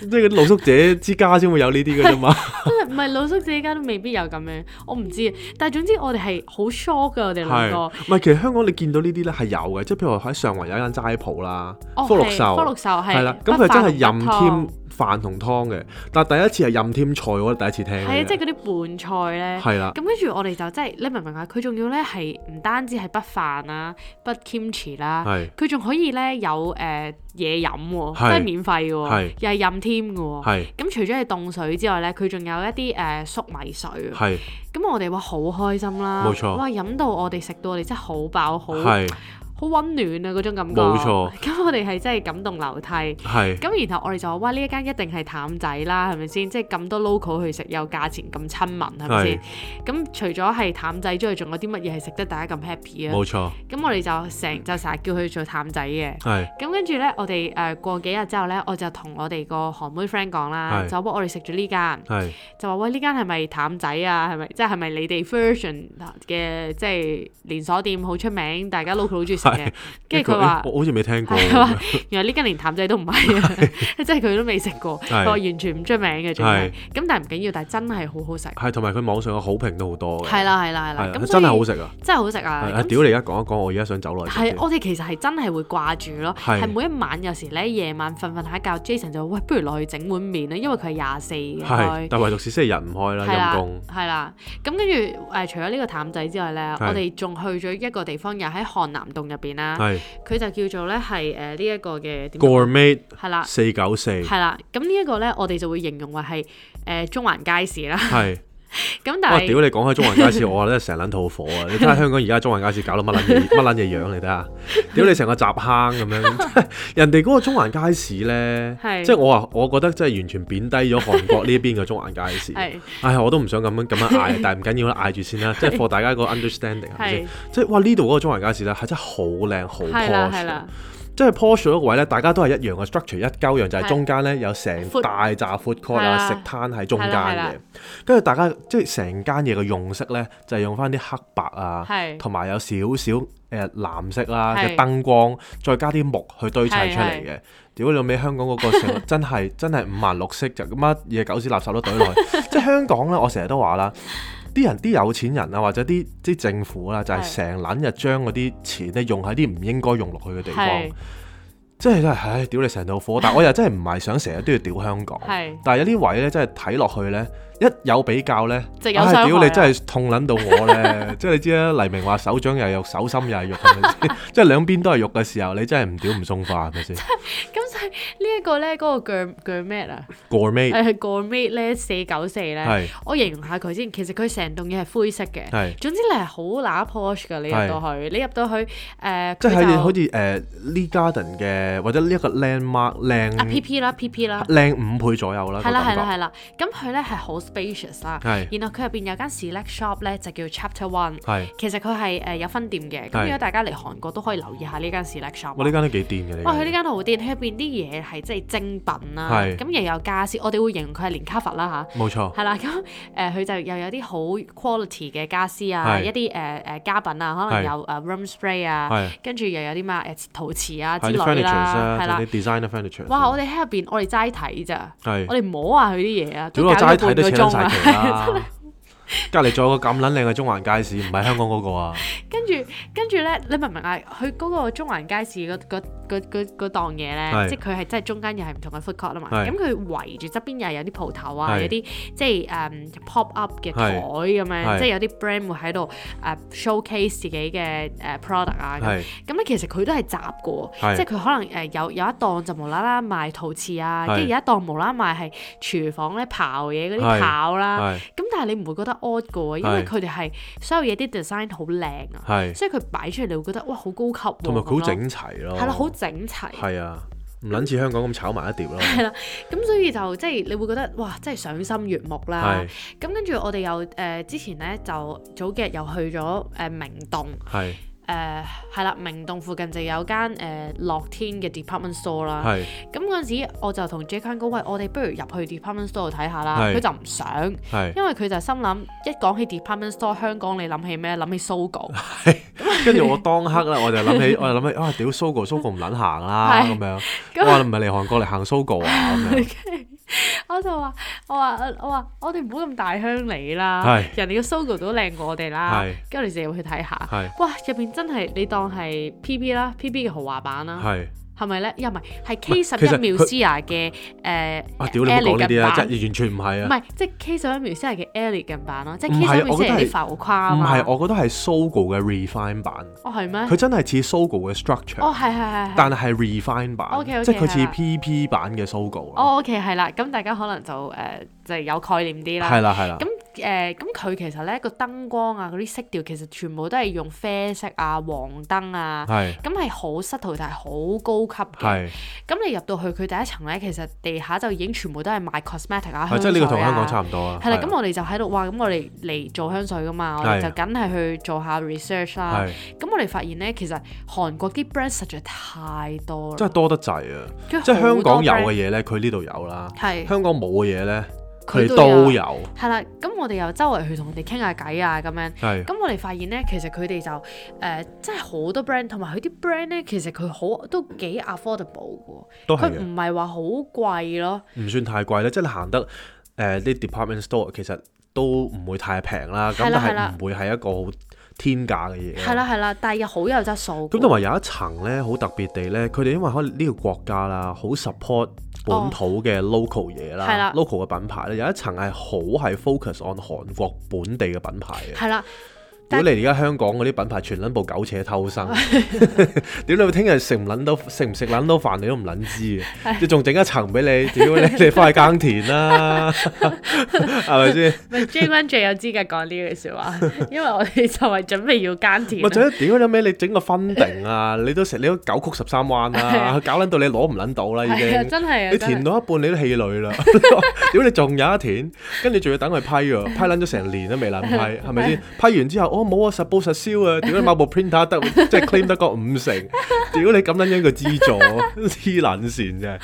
Speaker 1: 即係嗰啲露宿者之家先會有呢啲嘅啫嘛。
Speaker 3: 真係唔係老叔自家都未必有咁樣，我唔知啊。但係總之我哋 係好 shock 㗎，我哋兩個。
Speaker 1: 唔係？其實香港你見到呢啲咧係有嘅，即係譬如話喺上環有一間齋鋪啦，
Speaker 3: 哦
Speaker 1: 福祿
Speaker 3: 係
Speaker 1: 壽啊
Speaker 3: 福祿壽係
Speaker 1: 係啦，咁佢真係任
Speaker 3: 不飯不湯
Speaker 1: 添飯同湯嘅，但係第一次係任添菜，我覺得第一次聽嘅啫。
Speaker 3: 係啊，即係嗰啲拌菜咧。
Speaker 1: 係啦，
Speaker 3: 咁跟住我哋就真係你明唔明啊？佢仲要咧係唔單止係北飯啦、北 kimchi 啦，
Speaker 1: 係
Speaker 3: 佢仲可以咧有呃誒嘢、飲喎，
Speaker 1: 係
Speaker 3: 真係免費
Speaker 1: 係
Speaker 3: 嘅喎，又係任添嘅喎。
Speaker 1: 係
Speaker 3: 咁除咗係凍水之外咧，佢仲有一啲誒、呃粟米水喎。
Speaker 1: 係
Speaker 3: 咁我哋話好開心啦，
Speaker 1: 冇錯
Speaker 3: 哇！飲到我哋食到我哋真係好飽，好
Speaker 1: 係
Speaker 3: 好温暖啊嗰種感覺。
Speaker 1: 冇錯。
Speaker 3: 咁我哋係真係感動流涕。
Speaker 1: 係
Speaker 3: 咁然後我哋就話：哇！呢一間一定係淡仔啦，係咪先？即係咁多 local 去食，又價錢咁親民，係咪先？咁除咗係淡仔之外，仲有啲乜嘢係食得大家咁 happy 啊？
Speaker 1: 冇錯
Speaker 3: 咁我哋就成就成日叫佢做淡仔嘅。
Speaker 1: 係
Speaker 3: 咁跟住呢，我哋誒、呃、過幾日之後呢，我就同我哋個韓妹 friend 講啦
Speaker 1: 係，
Speaker 3: 就話我哋食咗呢間，
Speaker 1: 係
Speaker 3: 就話喂呢間係咪淡仔啊？係咪即係係咪你哋 version 嘅即係連鎖店好出名，大家 local 好中意食嘅
Speaker 1: 係？
Speaker 3: 跟住佢話
Speaker 1: 我。我好似未聽過
Speaker 3: 係啊佢話原來呢間連淡仔都唔係啊， 即係佢都未食過，
Speaker 1: 係
Speaker 3: 佢話完全唔出名嘅，仲
Speaker 1: 係
Speaker 3: 係咁，但係唔緊要，但係真係好好食，
Speaker 1: 係同埋佢網上嘅好評都好多嘅，
Speaker 3: 係啦係啦係
Speaker 1: 係
Speaker 3: 啦，咁
Speaker 1: 真係好
Speaker 3: 食，
Speaker 1: 食啊！
Speaker 3: 真係好食啊！
Speaker 1: 係
Speaker 3: 咁
Speaker 1: 啊！屌你而家講一講，我而家想走耐啲。
Speaker 3: 係我哋其實係真係會掛住咯，
Speaker 1: 係
Speaker 3: 係每一晚有時咧夜晚瞓瞓下覺，Jason 就話喂不如落去整碗麵啦，因為佢係廿四嘅
Speaker 1: 係，
Speaker 3: 開。
Speaker 1: 但唯獨是星期日唔開啦，
Speaker 3: 係
Speaker 1: 陰
Speaker 3: 啦
Speaker 1: 公，
Speaker 3: 係啦，咁跟住誒，除咗呢個淡仔之外咧，
Speaker 1: 係
Speaker 3: 我哋仲去咗一個地方，又喺漢南洞入邊啦。
Speaker 1: 係
Speaker 3: 佢就叫做咧係誒呢一個嘅點講啊
Speaker 1: Gourmet
Speaker 3: 係啦，
Speaker 1: 四九四，
Speaker 3: 係啦，咁呢一個咧，我哋就會形容為係誒中環街市 啦。
Speaker 1: 係
Speaker 3: 咁但
Speaker 1: 哇！屌
Speaker 3: 係
Speaker 1: 你講開中環街市，我真係成撚肚火啊！你睇 下香港而家中環街市搞到乜撚嘢乜撚嘢樣，你睇下，屌你成個雜坑咁 樣，人哋嗰個中環街市咧，
Speaker 3: 係
Speaker 1: 即係我話我覺得真係完全貶低咗韓國呢邊嘅中環街市。
Speaker 3: 係
Speaker 1: 唉，我都唔想咁樣咁樣嗌，但係唔緊要啦，嗌住先啦，即係 for 大啊家個 understanding 係咪先
Speaker 3: 係？
Speaker 1: 即係哇！呢度嗰個中環街市咧係真係好靚好
Speaker 3: 係
Speaker 1: posh 啊
Speaker 3: 啦係
Speaker 1: 嘅
Speaker 3: 啦，
Speaker 1: 即係 Porsche 嗰個位咧，大家都係一樣嘅 structure 一鳩樣，就係
Speaker 3: 係
Speaker 1: 中間咧有成
Speaker 3: 闊
Speaker 1: 大扎 food court
Speaker 3: 係
Speaker 1: 啊、
Speaker 3: 啦
Speaker 1: 食攤喺中間
Speaker 3: 係啦係
Speaker 1: 嘅
Speaker 3: 啦，
Speaker 1: 跟住大家即係成間嘢嘅用色咧，就係用翻啲黑白啊，
Speaker 3: 係
Speaker 1: 同埋有少少誒藍色啦嘅
Speaker 3: 係
Speaker 1: 燈光，再加啲木去堆砌出嚟
Speaker 3: 係
Speaker 1: 嘅。屌你老味，香港嗰個 成真係真係五顏六色，就乜嘢狗屎垃圾都堆 落去。即係香港咧，我成日都話啦。啲人啲有錢人啊，或者啲啲政府啦，就係
Speaker 3: 係
Speaker 1: 成撚日將嗰啲錢咧用喺啲唔應該用落去嘅地方
Speaker 3: 係，
Speaker 1: 即係真係唉，屌你成套火！但我又真係唔係想成日都要屌香港，
Speaker 3: 係
Speaker 1: 但係有啲位咧真係睇落去咧，一有比較咧，
Speaker 3: 就有
Speaker 1: 唉
Speaker 3: 傷
Speaker 1: 屌
Speaker 3: 害
Speaker 1: 你
Speaker 3: 啊
Speaker 1: 真係痛撚到我咧！ 即係你知啦，黎明話手掌又係肉，手心又係肉，係咪 先？即係兩邊都係肉嘅時候，你真係唔屌唔鬆化係咪先
Speaker 3: 咁所以呢一個咧，嗰、個 g 鋸咩啊？
Speaker 1: ？Gourmet
Speaker 3: 誒 g 咩咧？四九四咧，
Speaker 1: 係
Speaker 3: 我形容下佢先。其實佢成棟嘢係灰色嘅，
Speaker 1: 係。
Speaker 3: 總之你係好乸 posh 㗎。你入到去，你入到去誒，呃
Speaker 1: 即係
Speaker 3: 佢就
Speaker 1: 喺好似誒 Lee Garden 嘅或者呢一個 landmark
Speaker 3: 啊
Speaker 1: 靚
Speaker 3: PP 啦，PP 啦。
Speaker 1: 靚五倍左右啦，嗯啊個
Speaker 3: 係啦係
Speaker 1: 感
Speaker 3: 啦
Speaker 1: 覺
Speaker 3: 係啦，咁佢咧係好 spacious 啦，
Speaker 1: 係
Speaker 3: 然後佢入邊有間 select shop 咧就叫 Chapter One，
Speaker 1: 係。
Speaker 3: 其實佢係呃誒有分店
Speaker 1: 係
Speaker 3: 嘅，咁如果大家嚟韓國都可以留意下呢間 select shop
Speaker 1: 哇！
Speaker 3: 啦
Speaker 1: 呢。間都幾掂嘅，呢
Speaker 3: 哇！佢呢
Speaker 1: 間
Speaker 3: 間好店，佢入邊啲嘢係即係精品啦
Speaker 1: 係，
Speaker 3: 咁又有家私，我哋會形容佢係連卡佛啦吓。
Speaker 1: 冇錯，
Speaker 3: 係啦，咁 誒佢就又有啲好 quality 嘅家私啊，
Speaker 1: 係
Speaker 3: 一啲誒誒家品啊，可能
Speaker 1: 係
Speaker 3: 有誒 room spray 啊，
Speaker 1: 係
Speaker 3: 跟住又有啲咩誒陶瓷啊之
Speaker 1: 係啲
Speaker 3: 類
Speaker 1: furniture
Speaker 3: 啦，
Speaker 1: 啊，
Speaker 3: 係啦
Speaker 1: 仲有啲 designer furniture。
Speaker 3: 哇！我哋喺入邊，我哋齋睇咋，我
Speaker 1: 係，
Speaker 3: 哋摸下佢啲嘢啊，
Speaker 1: 屌
Speaker 3: 都
Speaker 1: 我
Speaker 3: 搞
Speaker 1: 齋
Speaker 3: 咗
Speaker 1: 睇
Speaker 3: 半
Speaker 1: 都
Speaker 3: 個
Speaker 1: 扯撚
Speaker 3: 鐘
Speaker 1: 晒
Speaker 3: 啊！
Speaker 1: 旗啦！ 隔離仲有個咁撚靚嘅中環街市，唔係香港嗰個啊，
Speaker 3: 跟住跟住咧，你明唔明啊？佢嗰個中環街市嗰嗰嗰嗰嗰檔嘢咧
Speaker 1: 係，
Speaker 3: 即係佢係真係中間又係唔同嘅 food court 啊嘛。
Speaker 1: 係
Speaker 3: 咁佢圍住側邊又係有啲鋪頭啊，
Speaker 1: 係
Speaker 3: 有啲即係誒 pop up 嘅台咁
Speaker 1: 係
Speaker 3: 樣，即係有啲 brand 會喺度誒 showcase 自己嘅誒 product 啊。咁
Speaker 1: 係
Speaker 3: 咁咧其實佢都係雜嘅
Speaker 1: 係
Speaker 3: 喎，即係佢可能誒有有一檔就無啦啦賣陶瓷啊，
Speaker 1: 係
Speaker 3: 跟住有一檔無啦啦賣係廚房咧刨嘢嗰
Speaker 1: 係
Speaker 3: 啲刨啦。
Speaker 1: 係
Speaker 3: 咁但係你唔會覺得 odd 嘅喎，因
Speaker 1: 係
Speaker 3: 為佢哋係所有嘢啲 design 好靚啊。
Speaker 1: 係，
Speaker 3: 所以佢擺出嚟你會覺得哇好高級喎，
Speaker 1: 同埋佢好
Speaker 3: 咁
Speaker 1: 整齊咯，
Speaker 3: 咯，係啦，好整齊，
Speaker 1: 係啊，唔撚似香港咁炒埋一碟 咯，
Speaker 3: 咁所以就即係你會覺得哇真係賞心悅目啦
Speaker 1: 係。
Speaker 3: 咁跟住我哋又誒、呃之前咧就早幾日又去咗誒、呃明洞，
Speaker 1: 係
Speaker 3: 誒係啦，明洞附近就有間誒、呃樂天嘅 department store 啦。
Speaker 1: 係
Speaker 3: 咁嗰陣時我就同 J 君講喂，我哋不如入去 department store 度睇下啦。
Speaker 1: 係
Speaker 3: 佢就唔想，
Speaker 1: 係，
Speaker 3: 因為佢就心諗一講起 department store 香港，你諗起咩？諗起 Sogo。
Speaker 1: 跟住我當刻啦，我就諗 起我就諗起啊，屌 Sogo，Sogo 唔撚行 啦
Speaker 3: 係
Speaker 1: 咁樣，
Speaker 3: 咁
Speaker 1: 哇！你唔係嚟韓國嚟行 Sogo 啊咁樣，
Speaker 3: 我就話：我話呃我話我哋唔好咁大鄉里啦，
Speaker 1: 係
Speaker 3: 人哋嘅 Sogo 都靚過我哋啦
Speaker 1: 係，
Speaker 3: 跟住你就要去睇下。
Speaker 1: 係
Speaker 3: 哇！入邊真係你當係 PB 啦，PB 嘅豪華版啦，
Speaker 1: 係。
Speaker 3: 係咪咧？又唔係係
Speaker 1: 唔
Speaker 3: K
Speaker 1: 係
Speaker 3: 十
Speaker 1: 其實
Speaker 3: 一
Speaker 1: 佢
Speaker 3: Musea 嘅誒
Speaker 1: 啊！屌你唔好講呢啲
Speaker 3: elegant
Speaker 1: 啊，
Speaker 3: 版，
Speaker 1: 即係完全唔係
Speaker 3: 唔
Speaker 1: 啊！
Speaker 3: 係即係 K 十一 Musea 嘅 elegant 版咯，即
Speaker 1: 唔係
Speaker 3: 係 K 十一
Speaker 1: 我覺
Speaker 3: Musea
Speaker 1: 得係
Speaker 3: 有啲浮誇啊
Speaker 1: 唔
Speaker 3: 嘛。
Speaker 1: 係，啊我覺得係 Sogo 嘅 refine 版，
Speaker 3: 哦係咩？
Speaker 1: 佢真係似 Sogo 嘅 structure，
Speaker 3: 哦係係係係。
Speaker 1: 但係 refine 版，
Speaker 3: OK，OK，
Speaker 1: 即係佢似
Speaker 3: 係啦
Speaker 1: PP 版嘅啊 Sogo 咯。
Speaker 3: 哦 OK 係啦，咁大家可能就誒就係有概念啲啦。
Speaker 1: 係啦係啦，
Speaker 3: 咁誒，咁佢、其實咧個燈光啊，嗰啲色調其實全部都係用啡色啊、黃燈啊，
Speaker 1: 係
Speaker 3: 咁係好濕圖，但係好高級嘅。
Speaker 1: 係
Speaker 3: 咁你入到去佢第一層咧，其實地下就已經全部都係賣 cosmetic 啊、
Speaker 1: 係
Speaker 3: 香
Speaker 1: 即係呢個同香港差
Speaker 3: 唔
Speaker 1: 唔多啊。
Speaker 3: 係啦，咁我哋就喺度，哇！咁我哋嚟做香水噶嘛，我
Speaker 1: 係
Speaker 3: 哋就梗係去做下 research 啦。
Speaker 1: 係
Speaker 3: 咁我哋發現咧，其實韓國啲 brand 實在太多
Speaker 1: 真
Speaker 3: 啦
Speaker 1: 係，多得滯啊！
Speaker 3: 即
Speaker 1: 即係香港有嘅嘢咧，佢呢度有啦；
Speaker 3: 係
Speaker 1: 香港冇嘅嘢咧，佢
Speaker 3: 佢
Speaker 1: 哋
Speaker 3: 都
Speaker 1: 都
Speaker 3: 有
Speaker 1: 有。
Speaker 3: 係啦。咁我哋又周圍去同人哋傾下偈啊，咁樣。
Speaker 1: 係
Speaker 3: 咁我哋發現咧，其實佢哋就誒、呃真係好多 brand，同埋佢啲 brand 咧，其實佢好都幾 affordable
Speaker 1: 都
Speaker 3: 嘅喎，佢
Speaker 1: 係嘅，
Speaker 3: 唔係話好貴咯，
Speaker 1: 唔算太貴咧。即係你行得誒啲 department store 其實都唔會太平啦，咁
Speaker 3: 係啦係
Speaker 1: 但
Speaker 3: 啦
Speaker 1: 係唔會係一個好天價嘅嘢。
Speaker 3: 係啦係啦，但係又好有質素嘅喎。
Speaker 1: 啊咁同埋有一層咧，好特別地咧，佢哋因為可能呢個國家啦，好 support 本土嘅 local 嘢
Speaker 3: 哦
Speaker 1: 啦
Speaker 3: 係啦
Speaker 1: ，local 嘅品牌咧，有一層係好係 focus on 韓國本地嘅品牌嘅。
Speaker 3: 係啦，
Speaker 1: 屌
Speaker 3: 但
Speaker 1: 你而家香港嗰啲品牌全撚部苟且偷 生， 屌你聽日食唔撚到食唔食撚到飯你都唔撚知嘅，你仲整一層俾你，屌你你翻去耕田啦， 係咪先？
Speaker 3: 咪 J One 最有資格講呢句説話， 因為我哋就係準備要耕田
Speaker 1: 咪
Speaker 3: 啊
Speaker 1: 就
Speaker 3: 啦。
Speaker 1: 係屌你咩？你整個分定啊，你都食你都九曲十三彎啦，搞撚到你攞唔撚到啦已
Speaker 3: 啊係啊，
Speaker 1: 經。
Speaker 3: 真係啊，
Speaker 1: 你填
Speaker 3: 真係
Speaker 1: 到一半你都氣 餒啦， 啊屌你仲有一填，跟住仲要等佢批喎，批撚咗成年都未撚批，係咪先？批完之後，哦我冇啊，實報實銷啊，屌你買部 printer 得， 即係 claim 得個五成，屌你咁撚樣個資助， 黐撚線啫。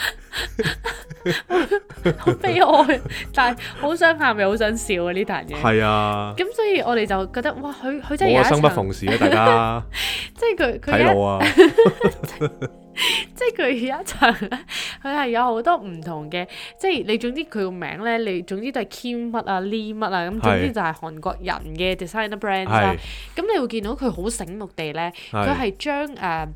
Speaker 3: 好 悲哀，但係好想喊又好想笑啊呢壇嘢。
Speaker 1: 係啊，
Speaker 3: 咁所以我哋就覺得哇，佢佢真
Speaker 1: 冇
Speaker 3: 係有
Speaker 1: 啊，
Speaker 3: 一層
Speaker 1: 生不逢時啊，大家
Speaker 3: 即係佢 佢
Speaker 1: 睇
Speaker 3: 有一
Speaker 1: 路 啊，
Speaker 3: 即係佢有一層 咧，佢係有好多唔同嘅，即係你總之佢個名咧，你總之都係 Kim 乜啊 Lee 乜啊，咁總之
Speaker 1: 係
Speaker 3: 就係韓國人嘅 designer brand 啦
Speaker 1: 係。
Speaker 3: 咁你會見到佢好醒目地咧，
Speaker 1: 係
Speaker 3: 佢係將誒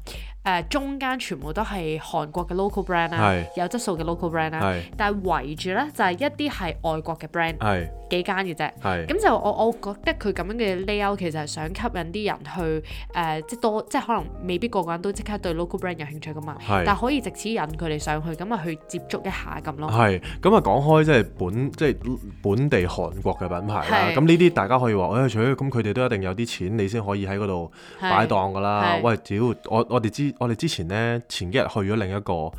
Speaker 3: 誒中間全部都係韓國嘅 local brand 啦
Speaker 1: 係，
Speaker 3: 有質素嘅 local brand 啦
Speaker 1: 係，
Speaker 3: 但係圍住咧就係一啲係外國嘅 brand
Speaker 1: 係
Speaker 3: 幾間嘅啫。
Speaker 1: 係
Speaker 3: 咁就我我覺得佢咁樣嘅 layout 其實係想吸引啲人去誒、呃即係多即係可能未必個個人都即刻對 local brand 有興趣噶嘛，
Speaker 1: 係
Speaker 3: 但可以藉此引佢哋上去，咁啊去接觸一下咁咯。
Speaker 1: 係咁啊！講開即係本即係本地韓國嘅品牌啦
Speaker 3: 係，
Speaker 1: 咁呢啲大家可以話，誒、除咗咁佢哋都一定有啲錢，你先可以喺嗰度
Speaker 3: 係
Speaker 1: 擺檔噶啦。
Speaker 3: 係
Speaker 1: 喂，屌！我我哋之我哋之前呢，前幾日去咗另一個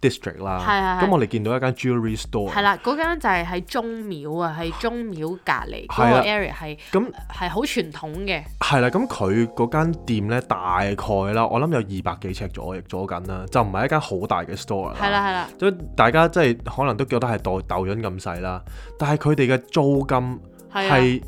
Speaker 1: district 啦，
Speaker 3: 係係係
Speaker 1: 咁我哋見到一間 jewelry store，
Speaker 3: 係啦，嗰間就係喺中廟啊，喺中廟隔離
Speaker 1: 係
Speaker 3: 嗰
Speaker 1: 啦
Speaker 3: 個 area 係
Speaker 1: 咁
Speaker 3: 係好傳統嘅，
Speaker 1: 係啦，咁佢嗰間店呢，大概啦，我諗有二百幾尺左右左緊啦，就唔係一間好大嘅 store
Speaker 3: 係啦係啦，
Speaker 1: 所以大家即係可能都覺得係豆豆潤咁細啦，但係佢哋嘅租金
Speaker 3: 係啊
Speaker 1: 係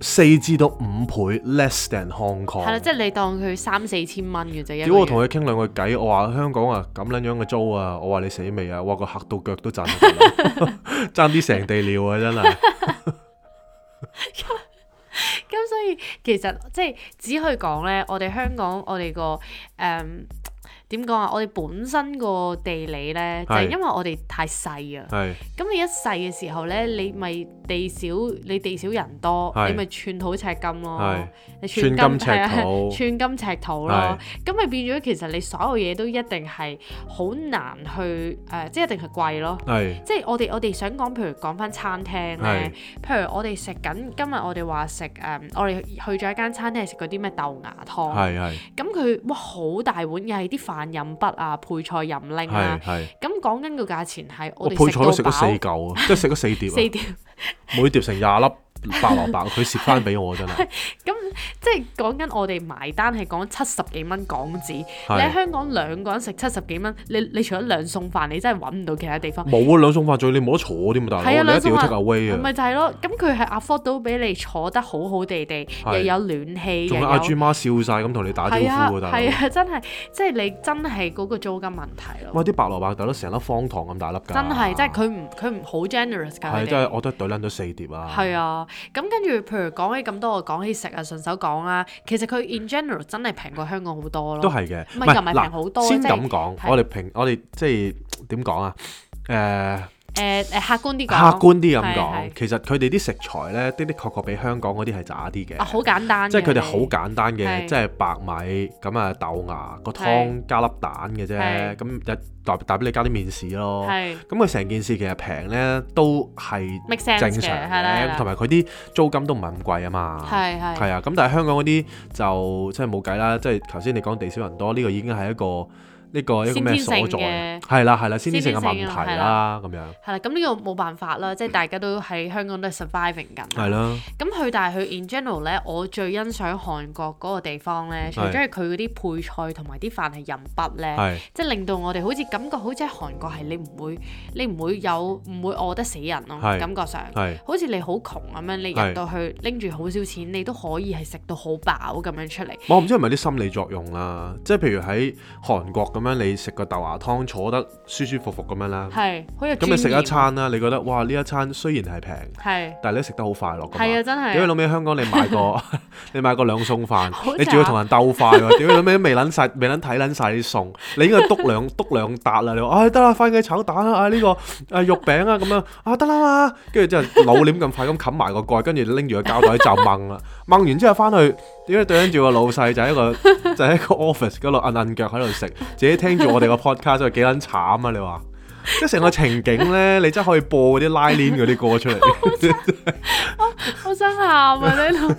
Speaker 1: 四至到五倍 less than Hong
Speaker 3: 係啦，
Speaker 1: Kong。
Speaker 3: 即係你當佢三四千蚊嘅啫一
Speaker 1: 屌我
Speaker 3: 個
Speaker 1: 同
Speaker 3: 月。
Speaker 1: 佢傾兩句偈，我話香港啊咁撚樣嘅租 啊，我話你死未啊？哇個嚇到腳都震啊，爭啲成地尿啊真係。
Speaker 3: 咁所以其實即係只可以講咧，我哋香港我哋個誒點講啊？我哋本身個地理咧，就係、
Speaker 1: 係
Speaker 3: 因為我哋太細啊。
Speaker 1: 係
Speaker 3: 咁你一細嘅時候咧，你咪地少，你地少人多，
Speaker 1: 係
Speaker 3: 你咪寸土尺金咯
Speaker 1: 係。
Speaker 3: 你
Speaker 1: 寸金尺
Speaker 3: 係啊
Speaker 1: 土
Speaker 3: 寸金尺土咯。咁咪變咗其實你所有嘢都一定係好難去誒、呃即係一定係貴咯。
Speaker 1: 係
Speaker 3: 即係我哋我哋想講，譬如講翻餐廳咧
Speaker 1: 係，
Speaker 3: 譬如我哋食緊今日我哋話食誒，我哋去咗一間餐廳食嗰啲咩豆芽湯，
Speaker 1: 係係
Speaker 3: 咁佢哇好大碗，又係啲飯任筆啊、配菜任拎
Speaker 1: 係
Speaker 3: 啊，
Speaker 1: 係，
Speaker 3: 咁講緊個價錢係
Speaker 1: 我
Speaker 3: 我
Speaker 1: 配
Speaker 3: 哋
Speaker 1: 菜都食
Speaker 3: 到
Speaker 1: 咗四
Speaker 3: 飽
Speaker 1: 嚿啊，即係食咗四碟
Speaker 3: 四
Speaker 1: 啊，
Speaker 3: 碟，
Speaker 1: 每碟成廿粒白蘿 蔔，佢蝕翻俾我真係。
Speaker 3: 咁即係講緊我哋埋單係講七十幾蚊港紙，你
Speaker 1: 係
Speaker 3: 喺香港兩個人食七十幾蚊，你你除咗兩餸飯，你真係揾唔到其他地方。
Speaker 1: 冇啊，兩餸飯最你冇得坐添啊，大
Speaker 3: 係啊，
Speaker 1: 佬，你
Speaker 3: 兩
Speaker 1: 一定
Speaker 3: 餸
Speaker 1: 要 take
Speaker 3: 飯
Speaker 1: away
Speaker 3: 咪
Speaker 1: 啊，
Speaker 3: 就係咯，咁佢係 afford 到俾你坐得好好地地，又
Speaker 1: 係
Speaker 3: 有暖氣，又
Speaker 1: 仲
Speaker 3: 有
Speaker 1: 有阿豬媽笑晒咁同你打招
Speaker 3: 係啊
Speaker 1: 呼啊，大
Speaker 3: 係
Speaker 1: 佬。
Speaker 3: 啊，真係即係你真係嗰個租金問題咯，
Speaker 1: 哇！啲白蘿蔔大佬成粒方糖咁大粒㗎，
Speaker 3: 真係即係佢唔佢唔好 generous 㗎，佢
Speaker 1: 係真係
Speaker 3: 哋。
Speaker 1: 我都係懟撚咗四碟啊，
Speaker 3: 係啊，咁跟住譬如講起咁多，我講起食啊，順手講啦。其實佢 in general 真係平過香港好多咯。
Speaker 1: 都係嘅，
Speaker 3: 唔係又唔係平好多
Speaker 1: 先
Speaker 3: 即係
Speaker 1: 咁
Speaker 3: 係
Speaker 1: 講，我哋平我哋即係點講啊？誒
Speaker 3: 誒誒客觀啲
Speaker 1: 客
Speaker 3: 講，
Speaker 1: 觀啲咁
Speaker 3: 係
Speaker 1: 講，其實佢哋啲食材咧，的的確確比香港嗰啲係渣啲
Speaker 3: 係
Speaker 1: 嘅，
Speaker 3: 啊好簡單嘅，
Speaker 1: 即係佢哋好簡單
Speaker 3: 係
Speaker 1: 嘅，即係白米咁啊豆芽個
Speaker 3: 係
Speaker 1: 湯加粒蛋嘅
Speaker 3: 係
Speaker 1: 啫，咁就代代俾你加啲麵豉咯。
Speaker 3: 係
Speaker 1: 咁佢成件事其實平咧都係
Speaker 3: Make sense
Speaker 1: 正常
Speaker 3: 嘅係啦係啦
Speaker 1: 嘅，同埋佢啲租金都唔係咁貴啊嘛。
Speaker 3: 係係
Speaker 1: 係啊，咁但係香港嗰啲就真係冇計啦，即係頭先你講地少人多，呢個已經係一個呢個一個咩所
Speaker 3: 先天性嘅
Speaker 1: 在？係啦係啦，先天性嘅
Speaker 3: 先
Speaker 1: 問
Speaker 3: 天性啊
Speaker 1: 題
Speaker 3: 係
Speaker 1: 啦，咁樣
Speaker 3: 係啦。咁呢個冇辦法啦，即係大家都喺香港都係 surviving 緊。
Speaker 1: 係啦，
Speaker 3: 咁佢但係佢 in general 咧，我最欣賞韓國嗰個地方咧，除咗係佢嗰啲配菜同埋啲飯係任筆咧，
Speaker 1: 嗯係
Speaker 3: 即係令到我哋好似感覺好似喺韓國係你唔會你唔會有唔會餓得死人咯，
Speaker 1: 係
Speaker 3: 感覺上。
Speaker 1: 係
Speaker 3: 好似你好窮咁樣，你入
Speaker 1: 係
Speaker 3: 到去拎住好少錢，你都可以係食到好飽咁樣出嚟。
Speaker 1: 我唔知係咪啲心理作用啦，即係譬如喺韓國咁樣，你食個豆芽湯坐得舒舒服服咁樣啦，
Speaker 3: 係好有
Speaker 1: 咁你
Speaker 3: 尊
Speaker 1: 食一
Speaker 3: 嚴
Speaker 1: 餐啦，你覺得哇呢一餐雖然係平，
Speaker 3: 係
Speaker 1: 但係你食得好快樂㗎嘛
Speaker 3: 係啊，真
Speaker 1: 屌你
Speaker 3: 係
Speaker 1: 老
Speaker 3: 啊
Speaker 1: 味，香港你買 個你買個兩餸
Speaker 3: 好
Speaker 1: 飯，你仲要
Speaker 3: 慘
Speaker 1: 同人鬥快喎！屌你老味，未撚晒，未撚睇撚晒啲餸，你應該篤 兩篤兩笪啦！你話唉啊得啦，番茄炒蛋啊，啊呢個啊肉餅啊咁樣啊得啦嘛，跟住之後老臉咁快咁冚埋個蓋，跟住拎住個膠袋就掹啦，掹完之後翻去。點解對跟住個老細就喺 個就喺個 office 嗰度摁摁腳喺度食，自己聽住我哋個 podcast 真係幾撚慘啊！你話即係成個情景咧，你真係可以播嗰啲拉鏈嗰啲歌出嚟。
Speaker 3: 好想喊啊！呢 度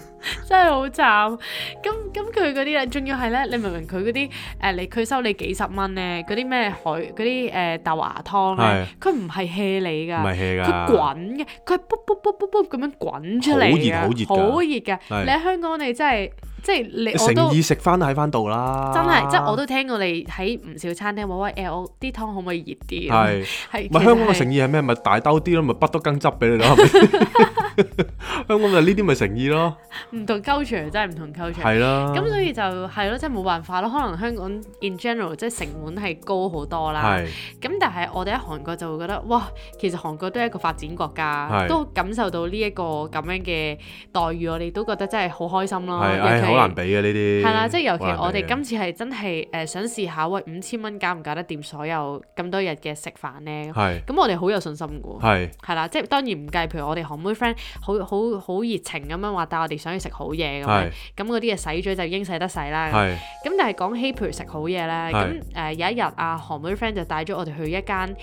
Speaker 3: 真係好慘。咁咁佢嗰啲咧，仲要係咧，你明唔明佢嗰啲誒？你佢收你幾十蚊咧，嗰啲咩海嗰啲誒豆芽湯咧，佢唔係 hea 你㗎，
Speaker 1: 唔係 hea 㗎
Speaker 3: 啊佢滾嘅，佢係卜卜卜卜卜咁樣滾出嚟㗎，
Speaker 1: 好熱好熱㗎
Speaker 3: 好熱㗎。
Speaker 1: 係
Speaker 3: 你喺香港你真係即係你
Speaker 1: 你
Speaker 3: 我都
Speaker 1: 誠。意食翻喺翻度啦，
Speaker 3: 真係，即係我都聽過你喺唔少餐廳話喂，誒我啲湯可唔可以熱啲？
Speaker 1: 係。
Speaker 3: 係，
Speaker 1: 咪香港嘅
Speaker 3: 其實係
Speaker 1: 誠意係咩？咪大兜啲咯，咪不多羹汁俾你咯，係咪？ 香港就呢啲咪誠意咯，
Speaker 3: 唔同 culture 真係唔同 culture。
Speaker 1: 係啦。
Speaker 3: 咁所以就係咯，即係冇辦法咯。可能香港 in general 即係成本係高好多啦。
Speaker 1: 係
Speaker 3: 咁但係我哋喺韓國就會覺得，哇，其實韓國都係一個發展國家，
Speaker 1: 係
Speaker 3: 都感受到呢一個咁樣嘅待遇，我哋都覺得真係好開心咯。
Speaker 1: 係，
Speaker 3: 尤
Speaker 1: 唉，
Speaker 3: 其
Speaker 1: 好難。俾嘅呢啲。
Speaker 3: 係啦，即係尤其
Speaker 1: 好難啊
Speaker 3: 我
Speaker 1: 比
Speaker 3: 哋
Speaker 1: 嘅
Speaker 3: 今次係真係誒、呃想試下，喂五千蚊搞唔搞得掂所有咁多日嘅食飯呢？
Speaker 1: 係
Speaker 3: 咁我哋好有信心嘅喎。
Speaker 1: 係
Speaker 3: 係啦，即係當然唔計，譬如我哋韓妹 friend 好好好熱情咁樣話帶我哋想去食好嘢咁樣
Speaker 1: 係，
Speaker 3: 咁嗰啲嘢洗嘴就應使得洗啦。
Speaker 1: 係
Speaker 3: 咁但係講起譬如食好嘢咧，咁誒、
Speaker 1: 係
Speaker 3: 有一日啊，韓妹 friend 就帶咗我哋去一間，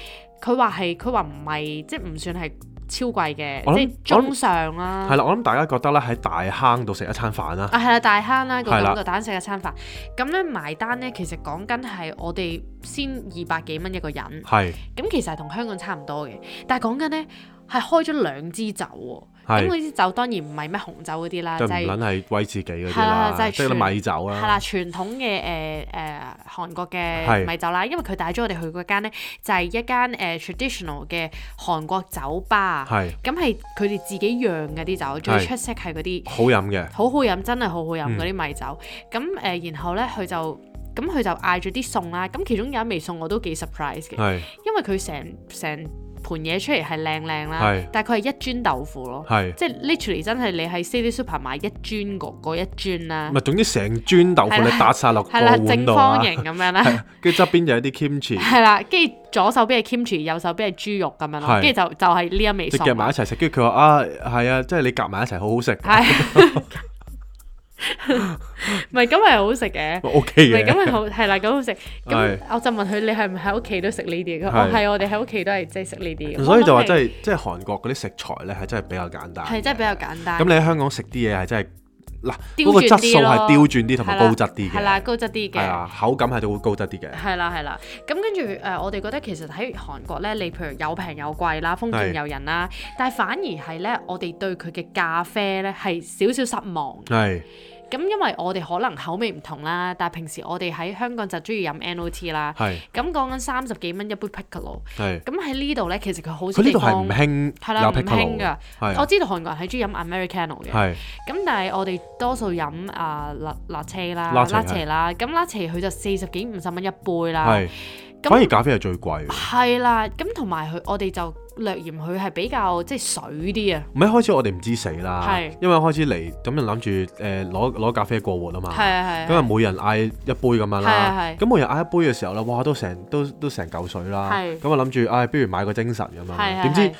Speaker 3: 佢話係佢話唔係即係唔算係超貴嘅，
Speaker 1: 我諗
Speaker 3: 即係中上啦。
Speaker 1: 係啦，我諗大家覺得咧喺大坑度食一餐飯啦，
Speaker 3: 啊，係啦，大坑啦，個
Speaker 1: 係
Speaker 3: 感
Speaker 1: 啦
Speaker 3: 覺單食一餐飯，咁咧埋單咧，其實講緊係我哋先二百幾蚊一個人，
Speaker 1: 係
Speaker 3: 咁其實係同香港差唔多嘅，但係講緊咧係開咗兩支酒喎，咁嗰
Speaker 1: 係
Speaker 3: 支酒當然唔係咩紅酒嗰啲啦，
Speaker 1: 就
Speaker 3: 就
Speaker 1: 唔
Speaker 3: 係
Speaker 1: 撚係威自己嗰啲
Speaker 3: 係啦
Speaker 1: 啦，
Speaker 3: 就係
Speaker 1: 即係啲
Speaker 3: 全
Speaker 1: 米酒
Speaker 3: 係
Speaker 1: 啦，
Speaker 3: 啦，傳統嘅誒誒韓國嘅
Speaker 1: 係
Speaker 3: 米酒啦，因為佢帶咗我哋去嗰間咧，就係一間誒、呃 traditional 嘅韓國酒吧，
Speaker 1: 係
Speaker 3: 咁係佢哋自己釀嘅啲酒，最
Speaker 1: 係
Speaker 3: 出色係嗰啲
Speaker 1: 好飲嘅，
Speaker 3: 好好飲，真係好好飲
Speaker 1: 嗯
Speaker 3: 嗰啲米酒。咁誒、呃然後咧佢就咁佢就嗌咗啲餸啦，咁其中有一味餸我都幾 surprise 嘅，
Speaker 1: 係
Speaker 3: 因為佢成成盤嘢出嚟係靚靚啦
Speaker 1: 係，
Speaker 3: 但係佢係一磚豆腐咯。
Speaker 1: 係。
Speaker 3: 即係 literally 真係你喺 City Super 買一磚嗰嗰一磚啦
Speaker 1: 唔，係，總之成磚豆腐
Speaker 3: 係啦
Speaker 1: 你搭晒落個
Speaker 3: 係啦，
Speaker 1: 碗
Speaker 3: 正
Speaker 1: 度啊
Speaker 3: 方，形咁樣啦，
Speaker 1: 跟住側邊就有啲 kimchi，
Speaker 3: 係啦，跟住左手邊係 kimchi，右手邊係豬肉咁樣咯，
Speaker 1: 係
Speaker 3: 跟住就就係呢一味
Speaker 1: 即係夾埋一
Speaker 3: 餸。
Speaker 1: 齊食。跟住佢話啊，係啊，即係你夾埋一齊好好食啊
Speaker 3: 係，唔係咁係好食嘅，
Speaker 1: 啊，OK
Speaker 3: 唔係
Speaker 1: 嘅
Speaker 3: 咁。啊係好係啦，咁好食。咁
Speaker 1: 係
Speaker 3: 我就問佢你係唔係喺屋企都食呢啲？佢話
Speaker 1: 係
Speaker 3: 我係我哋喺屋企都係即係食呢啲。
Speaker 1: 所以就話真
Speaker 3: 係
Speaker 1: 係，即係韓國嗰啲食材咧係真係比較簡單。
Speaker 3: 係真係比較簡單
Speaker 1: 咁。你喺香港食啲嘢係真係嗱，
Speaker 3: 刁
Speaker 1: 嗰個
Speaker 3: 鑽
Speaker 1: 質
Speaker 3: 啲
Speaker 1: 素
Speaker 3: 咯
Speaker 1: 係刁鑽啲同埋高質啲
Speaker 3: 係
Speaker 1: 嘅，
Speaker 3: 啦，高質啲
Speaker 1: 係
Speaker 3: 嘅。
Speaker 1: 啊，口感係都會高質啲嘅，
Speaker 3: 係啦，係啦。咁跟住誒，呃我哋覺得其實喺韓國咧，你譬如有平有貴啦，封建
Speaker 1: 係
Speaker 3: 有人啦，但係反而係咧，我哋對佢嘅咖啡咧係少少失望。
Speaker 1: 係
Speaker 3: 咁因為我哋可能口味唔同啦，但係平時我哋喺香港就中意飲 NOT 啦。
Speaker 1: 係
Speaker 3: 咁講緊三十幾蚊一杯 Piccolo，
Speaker 1: 係。
Speaker 3: 咁喺呢度咧，其實佢好少
Speaker 1: 佢呢
Speaker 3: 地
Speaker 1: 度係唔
Speaker 3: 方係
Speaker 1: 興
Speaker 3: 啦，唔
Speaker 1: 有 p i c c
Speaker 3: 興㗎。我知道韓國人係中意飲 Americano 嘅，
Speaker 1: 係
Speaker 3: 咁但係我哋多數飲啊辣辣車啦、
Speaker 1: Latte，
Speaker 3: 辣茶啦，咁辣茶佢就四十幾五十蚊一杯啦。
Speaker 1: 係，
Speaker 3: 啊咁
Speaker 1: 反而咖啡係最貴嘅。
Speaker 3: 係啦，咁同埋佢，我哋就略嫌佢係比較即係水啲啊，
Speaker 1: 唔係一開始我哋唔知死啦
Speaker 3: 係，
Speaker 1: 因為一開始嚟咁就諗住誒攞攞咖啡過活啊嘛。
Speaker 3: 係啊
Speaker 1: 咁
Speaker 3: 係
Speaker 1: 啊，
Speaker 3: 啊，
Speaker 1: 每人嗌一杯咁樣啦
Speaker 3: 係係。
Speaker 1: 咁每人嗌一杯嘅時候咧，哇，都成都都成嚿水啦。
Speaker 3: 係
Speaker 1: 咁啊，諗住唉，不如買個精神咁
Speaker 3: 係啊係
Speaker 1: 樣。點知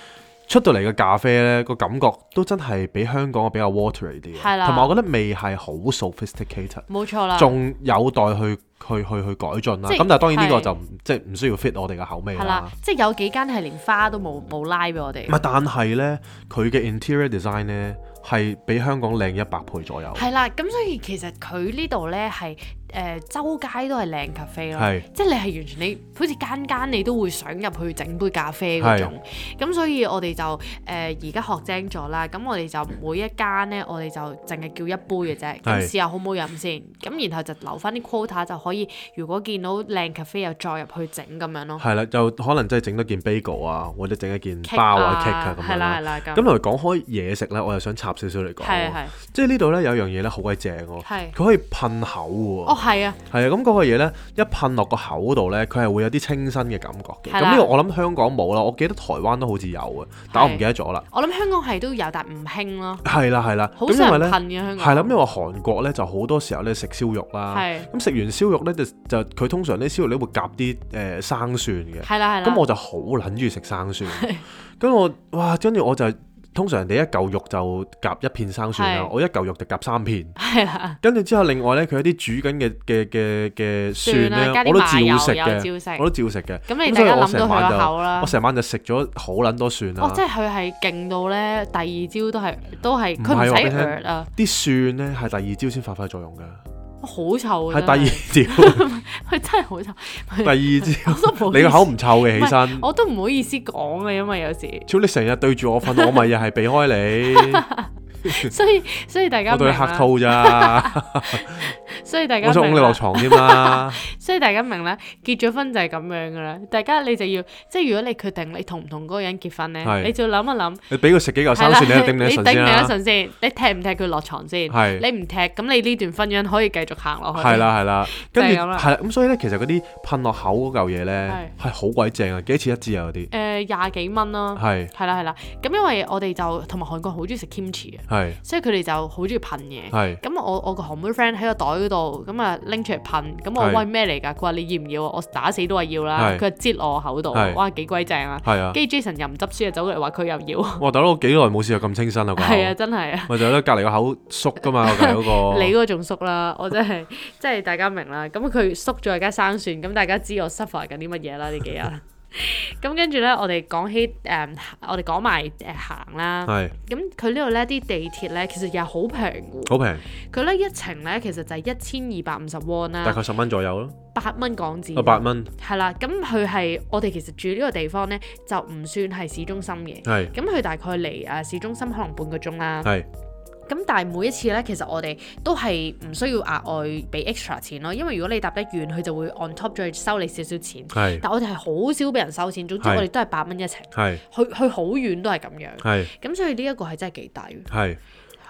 Speaker 1: 出到嚟嘅咖啡咧，個感覺都真係比香港比較 watery 啲
Speaker 3: 係
Speaker 1: 嘅，
Speaker 3: 啦
Speaker 1: 同埋我覺得味係好 sophisticated，
Speaker 3: 冇錯啦，
Speaker 1: 仲有待去去去去改進啦。
Speaker 3: 即係
Speaker 1: 咁但係當然呢個
Speaker 3: 係
Speaker 1: 就唔即係唔需要 fit 我哋嘅口味
Speaker 3: 係啦
Speaker 1: 啦。，
Speaker 3: 即係有幾間係連花都冇冇拉俾我哋
Speaker 1: 唔，係，但係咧，佢嘅 interior design 咧係比香港靚一百倍左右。
Speaker 3: 係啦，咁所以其實佢呢度咧係誒周街都係靚 cafe 咯。
Speaker 1: 係
Speaker 3: 即係你係完全你好似間間你都會想入去整杯咖啡嗰種，咁所以我哋就誒呃而家學精咗啦，咁我哋就每一間呢，我哋就淨係叫一杯嘅啫，咁
Speaker 1: 係
Speaker 3: 試下好唔好飲先，咁然後就留翻啲 quota 就可以，如果見到靚 cafe 又再入去整咁樣咯，
Speaker 1: 係啦，就可能真係整多件 bagel 啊，或者整一件
Speaker 3: Cake
Speaker 1: 包啊
Speaker 3: 啊
Speaker 1: cake 啊咁
Speaker 3: 係
Speaker 1: 樣
Speaker 3: 啦
Speaker 1: 啦。
Speaker 3: 係啦咁
Speaker 1: 咁嚟講開嘢食咧，我又想插少少嚟講
Speaker 3: 係
Speaker 1: 喎，
Speaker 3: 係
Speaker 1: 即係呢度咧有樣嘢咧好鬼正喎，
Speaker 3: 係
Speaker 1: 佢可以噴口喎。
Speaker 3: 哦係啊
Speaker 1: 係啊，咁嗰個嘢呢，一噴落個口度呢，佢係會有啲清新嘅感覺嘅。
Speaker 3: 係
Speaker 1: 咁
Speaker 3: 啦
Speaker 1: 呢個我諗香港冇啦，我記得台灣都好似有嘅，但我唔記得咗啦。
Speaker 3: 我諗香港係都有，但唔興咯，
Speaker 1: 係啦係啦，
Speaker 3: 好
Speaker 1: 咁
Speaker 3: 少
Speaker 1: 因為
Speaker 3: 人噴
Speaker 1: 呢，
Speaker 3: 嘅香港
Speaker 1: 係啦，咁因為韓國呢就好多時候呢食燒肉啦，
Speaker 3: 係
Speaker 1: 咁食完燒肉呢，就就佢通常呢燒肉呢會夾啲誒生蒜嘅，
Speaker 3: 係啦係啦，
Speaker 1: 咁我就好撚中意食生蒜。咁我哇，跟住我就通常人哋一嚿肉就夾一片生蒜啦
Speaker 3: 係，
Speaker 1: 我一嚿肉就夾三片。
Speaker 3: 係啦，
Speaker 1: 跟住之後，另外咧，佢一啲煮緊嘅嘅嘅嘅蒜
Speaker 3: 蒜啦
Speaker 1: 咧，
Speaker 3: 加
Speaker 1: 我都
Speaker 3: 啲
Speaker 1: 照
Speaker 3: 麻油
Speaker 1: 食
Speaker 3: 又照
Speaker 1: 嘅，
Speaker 3: 食
Speaker 1: 我都照食嘅。
Speaker 3: 咁你
Speaker 1: 所
Speaker 3: 大
Speaker 1: 以
Speaker 3: 家
Speaker 1: 我
Speaker 3: 諗到
Speaker 1: 成
Speaker 3: 佢
Speaker 1: 晚
Speaker 3: 個口
Speaker 1: 就
Speaker 3: 啦
Speaker 1: 我。成晚就食咗好撚多蒜啦。
Speaker 3: 哦，即係佢係勁到咧，第二朝都係都係
Speaker 1: 唔
Speaker 3: 佢唔
Speaker 1: 係話俾
Speaker 3: 使
Speaker 1: 你聽
Speaker 3: hurt 啊，
Speaker 1: 啲蒜咧係第二朝先發揮作用㗎，
Speaker 3: 好臭啊！真係
Speaker 1: 係第 二朝，
Speaker 3: 佢真 係好臭，
Speaker 1: 第二
Speaker 3: 我都唔好
Speaker 1: 朝
Speaker 3: 意思
Speaker 1: 你個口唔臭嘅，起身。
Speaker 3: 我都唔好意思講啊，因 為有時，
Speaker 1: 超你成日對住我瞓，我咪又係避開 你，
Speaker 3: 所以所以大家
Speaker 1: 我對你
Speaker 3: 明啦
Speaker 1: 客套 咋，
Speaker 3: 所以大
Speaker 1: 我
Speaker 3: 家
Speaker 1: 想拱
Speaker 3: 明
Speaker 1: 你落
Speaker 3: 啦，
Speaker 1: 床添啦。
Speaker 3: 所以大家明啦，結咗婚就係咁樣噶啦，大家你就要即係如果你決定你同唔同嗰個人結婚咧，
Speaker 1: 係
Speaker 3: 你就諗一諗。
Speaker 1: 你俾佢食幾嚿生蒜，你就頂你一
Speaker 3: 你
Speaker 1: 陣先
Speaker 3: 頂唔頂
Speaker 1: 啦
Speaker 3: 一。陣先？你踢唔踢佢落床先？
Speaker 1: 係
Speaker 3: 你唔踢，咁你呢段婚姻可以繼續行落去。
Speaker 1: 係，啦係啦，
Speaker 3: 就係
Speaker 1: 跟住
Speaker 3: 咁啦
Speaker 1: 係啦，咁所以咧，其實嗰啲噴落口嗰嚿嘢咧，係好鬼正啊！幾錢一支啊？嗰啲
Speaker 3: 誒廿幾蚊啦，
Speaker 1: 係
Speaker 3: 係啦係啦。咁因為我哋就同埋韓國好中意食 kimchi 嘅，
Speaker 1: 係
Speaker 3: 所以佢哋就好中意噴嘢。
Speaker 1: 係
Speaker 3: 咁我我個韓妹 friend 喺個袋嗰度，咁啊拎出嚟噴，咁我
Speaker 1: 係
Speaker 3: 喂咩嚟㗎？佢話你要唔要啊？我打死都話要啦，
Speaker 1: 係
Speaker 3: 佢就擠落我口度
Speaker 1: 係，
Speaker 3: 哇幾鬼正啊！
Speaker 1: 係啊！
Speaker 3: 跟住 Jason 又唔執輸，就走過嚟話佢又要，
Speaker 1: 哇！大佬，我幾耐冇試過咁清新啦個口，
Speaker 3: 係啊
Speaker 1: 咪
Speaker 3: 真係啊！
Speaker 1: 就係咧隔離個口縮噶 嘛，隔離嗰
Speaker 3: 你嗰
Speaker 1: 個。
Speaker 3: 個仲縮啦，我真係 即係大家明啦。咁佢縮咗加生蒜，咁大家知我 suffer 緊啲乜嘢啦呢幾日。咁跟住咧，我哋講起誒、我哋講埋誒行啦。
Speaker 1: 係
Speaker 3: 咁佢呢度咧啲地鐵咧，其實又係好平嘅喎。
Speaker 1: 好平，
Speaker 3: 佢咧一程咧其實就係一千二百五十 won
Speaker 1: 大
Speaker 3: 啦，
Speaker 1: 概十蚊左右咯，
Speaker 3: 八蚊港
Speaker 1: 啊
Speaker 3: 紙。
Speaker 1: 八。蚊
Speaker 3: 係啦，咁佢係我哋其實住呢個地方咧，就唔算係市中心嘅。
Speaker 1: 係
Speaker 3: 咁佢大概離啊市中心可能半個鐘啦。
Speaker 1: 係
Speaker 3: 咁但係每一次咧，其實我哋都係唔需要額外俾 extra 錢咯，因為如果你搭得遠，佢就會 on top 再收你少少錢。
Speaker 1: 係
Speaker 3: 但我哋係好少俾人收錢，總之
Speaker 1: 係
Speaker 3: 我哋都係八蚊一程，
Speaker 1: 係
Speaker 3: 去去好遠都係咁樣。
Speaker 1: 係
Speaker 3: 咁所以呢一個係真係幾抵，
Speaker 1: 係。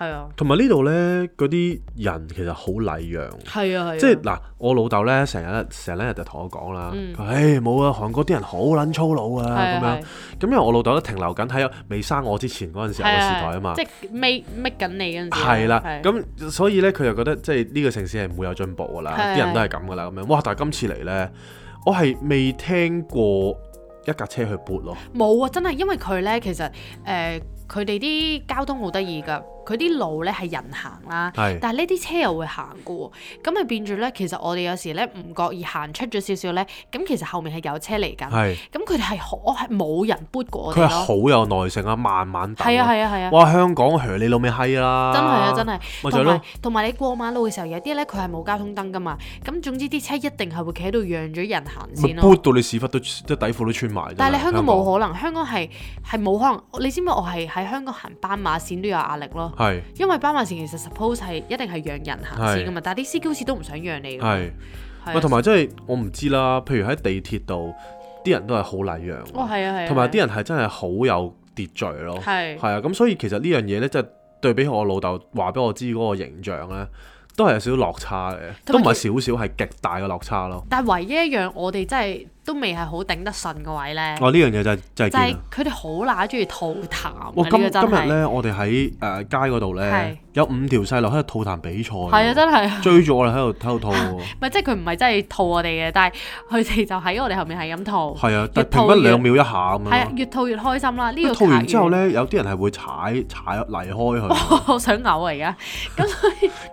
Speaker 3: 係啊，
Speaker 1: 同埋呢度呢，嗰啲人其實好禮讓。
Speaker 3: 係啊，係啊，
Speaker 1: 即係嗱，我老豆呢，成日成日就同我講啦，
Speaker 3: 嗯
Speaker 1: 佢話唉冇啊，韓國啲人好撚粗魯
Speaker 3: 係
Speaker 1: 啊咁
Speaker 3: 啊
Speaker 1: 樣。咁因為我老豆都停留緊喺呃未生我之前嗰陣時候
Speaker 3: 係
Speaker 1: 嘅
Speaker 3: 啊
Speaker 1: 時代啊嘛
Speaker 3: 即。係 make make 緊你嗰陣時啊，
Speaker 1: 係啦，
Speaker 3: 係
Speaker 1: 咁所以呢，佢就覺得即係呢個城市係唔會有進步噶啦，
Speaker 3: 係
Speaker 1: 啲人都係咁噶啦咁樣。哇！但係今次嚟呢，我係未聽過一架車去撥咯，
Speaker 3: 冇啊，真係因為佢咧其實誒佢哋啲交通好得意㗎，佢啲路咧係人行啦。
Speaker 1: 係
Speaker 3: 但係呢啲車又會行嘅喎，咁咪變咗咧。其實我哋有時咧唔覺意行出咗少少咧，咁其實後面係有車嚟緊，
Speaker 1: 係
Speaker 3: 咁佢哋係好我係冇人 boot 過我
Speaker 1: 佢係
Speaker 3: 哋咯。
Speaker 1: 好有耐性啊，慢慢等。
Speaker 3: 係啊係啊係啊，
Speaker 1: 哇！香港嘘你老味閪啦，
Speaker 3: 真係啊真係。
Speaker 1: 咪就係
Speaker 3: 同埋
Speaker 1: 咯，
Speaker 3: 同埋你過馬路嘅時候，有啲咧佢係冇交通燈噶嘛，咁總之啲車一定係會企喺度讓咗人行
Speaker 1: 咪
Speaker 3: 先咯。
Speaker 1: 撥到你屎忽都即係底褲都穿埋啫。
Speaker 3: 但係你香港冇可能，香港係係冇可能。你知唔知我係喺香港行斑馬線都有壓力咯？
Speaker 1: 係
Speaker 3: 因為斑馬線其實 suppose 係一定係讓人行先噶嘛，但係啲司機好似都唔想讓你㗎嘛。
Speaker 1: 係，
Speaker 3: 係
Speaker 1: 咪
Speaker 3: 啊
Speaker 1: 同埋即係我唔知啦。譬如喺地鐵度，啲人都係好禮讓，
Speaker 3: 哦，係啊，係啊，
Speaker 1: 同埋
Speaker 3: 係
Speaker 1: 啲人係真係好有秩序咯。
Speaker 3: 係
Speaker 1: 係啊，咁所以其實呢樣嘢呢，即係對比我老豆話俾我知嗰個形象呢，都係有少少落差嘅，
Speaker 3: 同
Speaker 1: 都
Speaker 3: 埋
Speaker 1: 唔係少少，係極大嘅落差咯。
Speaker 3: 但係唯一一樣我哋真係都未係好頂得順個位咧，
Speaker 1: 哦，呢樣嘢就係就係
Speaker 3: 就係
Speaker 1: 見啊
Speaker 3: 佢哋好乸中意吐痰啊！
Speaker 1: 哇！
Speaker 3: 呢
Speaker 1: 今今
Speaker 3: 個真
Speaker 1: 日
Speaker 3: 係
Speaker 1: 呢，我哋喺誒街嗰度呢
Speaker 3: 係，
Speaker 1: 有五條細路喺度吐痰比賽喎，
Speaker 3: 係啊，真係
Speaker 1: 追住我哋喺度喺度吐 喎。
Speaker 3: 咪即係佢唔係真係吐我哋嘅，但係佢哋就喺我哋後面係咁吐，
Speaker 1: 係啊，但
Speaker 3: 越
Speaker 1: 平
Speaker 3: 吐
Speaker 1: 均
Speaker 3: 越
Speaker 1: 兩秒一下咁
Speaker 3: 係啊
Speaker 1: 樣，咯。
Speaker 3: 越吐越開心啦！呢個
Speaker 1: 吐完
Speaker 3: 卡
Speaker 1: 之後，呢，有啲人係會踩踩離開 佢。
Speaker 3: 我想嘔啊而家，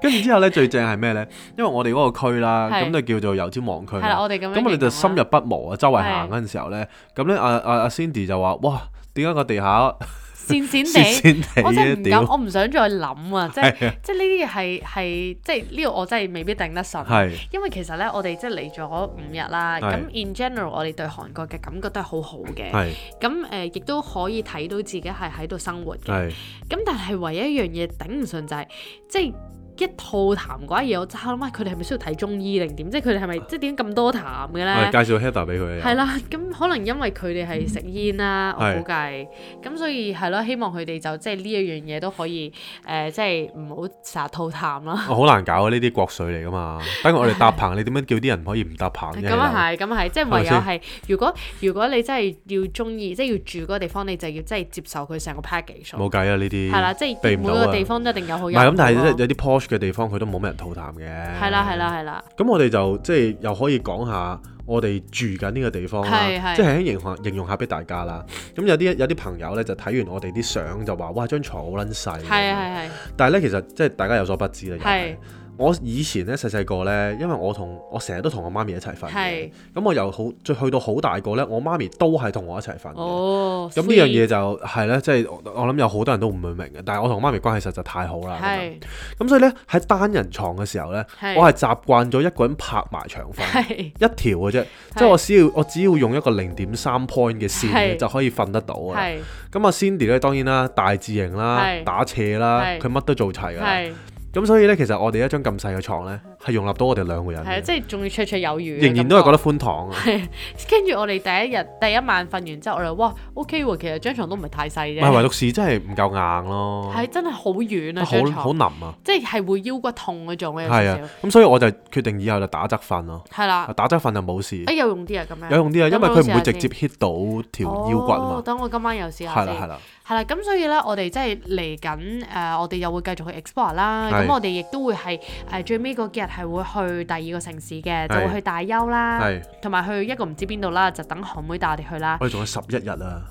Speaker 1: 跟住之後呢，最正係咩呢？因為我哋嗰個區啦，
Speaker 3: 係
Speaker 1: 咁就叫做油尖旺區
Speaker 3: 係
Speaker 1: 啦
Speaker 3: 啦，。我哋咁樣
Speaker 1: 啊咁我哋就
Speaker 3: 形
Speaker 1: 深入
Speaker 3: 容啦
Speaker 1: 不毛啊，周圍行
Speaker 3: 係
Speaker 1: 嗰陣時候呢，咁呢，阿阿阿 Cindy 就話：哇，點解個地下
Speaker 3: 閃閃
Speaker 1: 跣
Speaker 3: 地。
Speaker 1: 跣地
Speaker 3: 我真
Speaker 1: 嘅？
Speaker 3: 係唔敢，
Speaker 1: 屌，
Speaker 3: 我唔想再諗啊！即係
Speaker 1: 係啊
Speaker 3: 即係呢啲嘢係係即係呢個我真係未必頂得順。
Speaker 1: 係
Speaker 3: 因為其實咧，我哋即係嚟咗五日啦，
Speaker 1: 係
Speaker 3: 咁 in general 我哋對韓國嘅感覺都係好好嘅，
Speaker 1: 係
Speaker 3: 咁誒亦都可以睇到自己係喺度生活嘅。
Speaker 1: 係
Speaker 3: 咁但係唯一一樣嘢頂唔順就係、即係。一吐痰嗰一嘢，我就諗啊下佢哋係咪需要睇中醫定點？即係佢哋係咪即係點解咁多痰
Speaker 1: 係
Speaker 3: 嘅
Speaker 1: 啊
Speaker 3: 咧？
Speaker 1: 介紹 Heather 俾佢
Speaker 3: 係
Speaker 1: 嘅。
Speaker 3: 啦，咁可能因為佢哋係食煙啦，我
Speaker 1: 係
Speaker 3: 估計咁，所以係咯，希望佢哋就即係呢一樣嘢都可以誒、呃即係唔好成日吐痰啦。
Speaker 1: 我好難搞啊！呢啲國粹嚟噶嘛，等我哋搭棚，你點樣叫啲人可以唔搭棚啫？
Speaker 3: 咁啊係，咁啊係，即係
Speaker 1: 咪
Speaker 3: 唯有
Speaker 1: 先
Speaker 3: 係，如果如果你真係要中意，即係要住嗰個地方，你就要真係接受佢成個 package 咯。
Speaker 1: 冇計啊！呢啲
Speaker 3: 係啦，即
Speaker 1: 避
Speaker 3: 係
Speaker 1: 唔
Speaker 3: 每
Speaker 1: 到
Speaker 3: 個
Speaker 1: 啊
Speaker 3: 地方都一定有好
Speaker 1: 唔
Speaker 3: 有
Speaker 1: 係咁，但
Speaker 3: 唔好啊
Speaker 1: 係
Speaker 3: 咯
Speaker 1: 即係有啲 posh 嘅地方，佢都冇咩人吐痰嘅。
Speaker 3: 係啦係。啦係啦，
Speaker 1: 咁我哋就即係又可以講下我哋住緊呢個地方
Speaker 3: 係
Speaker 1: 啦，
Speaker 3: 係
Speaker 1: 即係形容形容下俾大家啦。咁有啲有啲朋友咧就睇完我哋啲相就話：哇，張床好撚細。
Speaker 3: 係啊
Speaker 1: 但係咧，其實即係大家有所不知啦。
Speaker 3: 係
Speaker 1: 又
Speaker 3: 係
Speaker 1: 係我以前咧細細個咧，因為我同我成日都同我媽咪一齊瞓嘅
Speaker 3: 係，
Speaker 1: 咁我由好最去到好大個咧，我媽咪都係同我一齊瞓嘅。
Speaker 3: 哦，
Speaker 1: 咁呢樣嘢就係咧，即係我我諗有好多人都唔會明嘅，但係我同我媽咪關係實在太好啦。咁樣
Speaker 3: 係
Speaker 1: 咁所以咧喺單人床嘅時候咧，
Speaker 3: 係
Speaker 1: 我係習慣咗一個人拍埋牆瞓，
Speaker 3: 係
Speaker 1: 一條嘅啫，即係我只要我只要用一個零點三 point 嘅線咧
Speaker 3: 係
Speaker 1: 就可以瞓得到啊。
Speaker 3: 係
Speaker 1: 咁啊 Cindy 咧當然啦，大字型啦，
Speaker 3: 係
Speaker 1: 打斜啦，
Speaker 3: 係
Speaker 1: 佢乜都做齊㗎啦。
Speaker 3: 係
Speaker 1: 咁所以咧，其實我哋一張咁細嘅床咧，係容納到我哋兩個人
Speaker 3: 係啊，
Speaker 1: 嘅，
Speaker 3: 即係仲要綽綽有餘嘅感覺，
Speaker 1: 仍然都係覺得寬敞啊。
Speaker 3: 跟住我哋第一日第一晚瞓完之後，我哋哇 OK 喎，其實張床都唔係太細
Speaker 1: 唔係唯
Speaker 3: 啫，
Speaker 1: 獨是真係唔夠硬咯，
Speaker 3: 係真係好遠啊張
Speaker 1: 好好
Speaker 3: 床，
Speaker 1: 腍啊，
Speaker 3: 即係係會腰骨痛嗰種嘅有
Speaker 1: 係
Speaker 3: 少
Speaker 1: 啊
Speaker 3: 少，。
Speaker 1: 咁所以我就決定以後就打側瞓咯，
Speaker 3: 係啦，
Speaker 1: 打側瞓就冇事
Speaker 3: 誒，有用啲啊咁樣，
Speaker 1: 有用啲啊，因為
Speaker 3: 咁我
Speaker 1: 佢唔會
Speaker 3: 試下
Speaker 1: 直接
Speaker 3: 先
Speaker 1: hit 到條腰骨啊
Speaker 3: 哦
Speaker 1: 嘛。
Speaker 3: 等我今晚又試下
Speaker 1: 係啦係
Speaker 3: 先。
Speaker 1: 啦，
Speaker 3: 係啦，咁所以咧，我哋即係嚟緊誒，我哋又會繼續去 explore 啦。
Speaker 1: 係
Speaker 3: 咁我哋亦都會係誒、呃最尾嗰幾日係會去第二個城市嘅，就
Speaker 1: 係
Speaker 3: 會去大邱啦，
Speaker 1: 係
Speaker 3: 同埋去一個唔知邊度啦，就等韓妹帶我哋去啦。
Speaker 1: 我哋仲有十一日啊，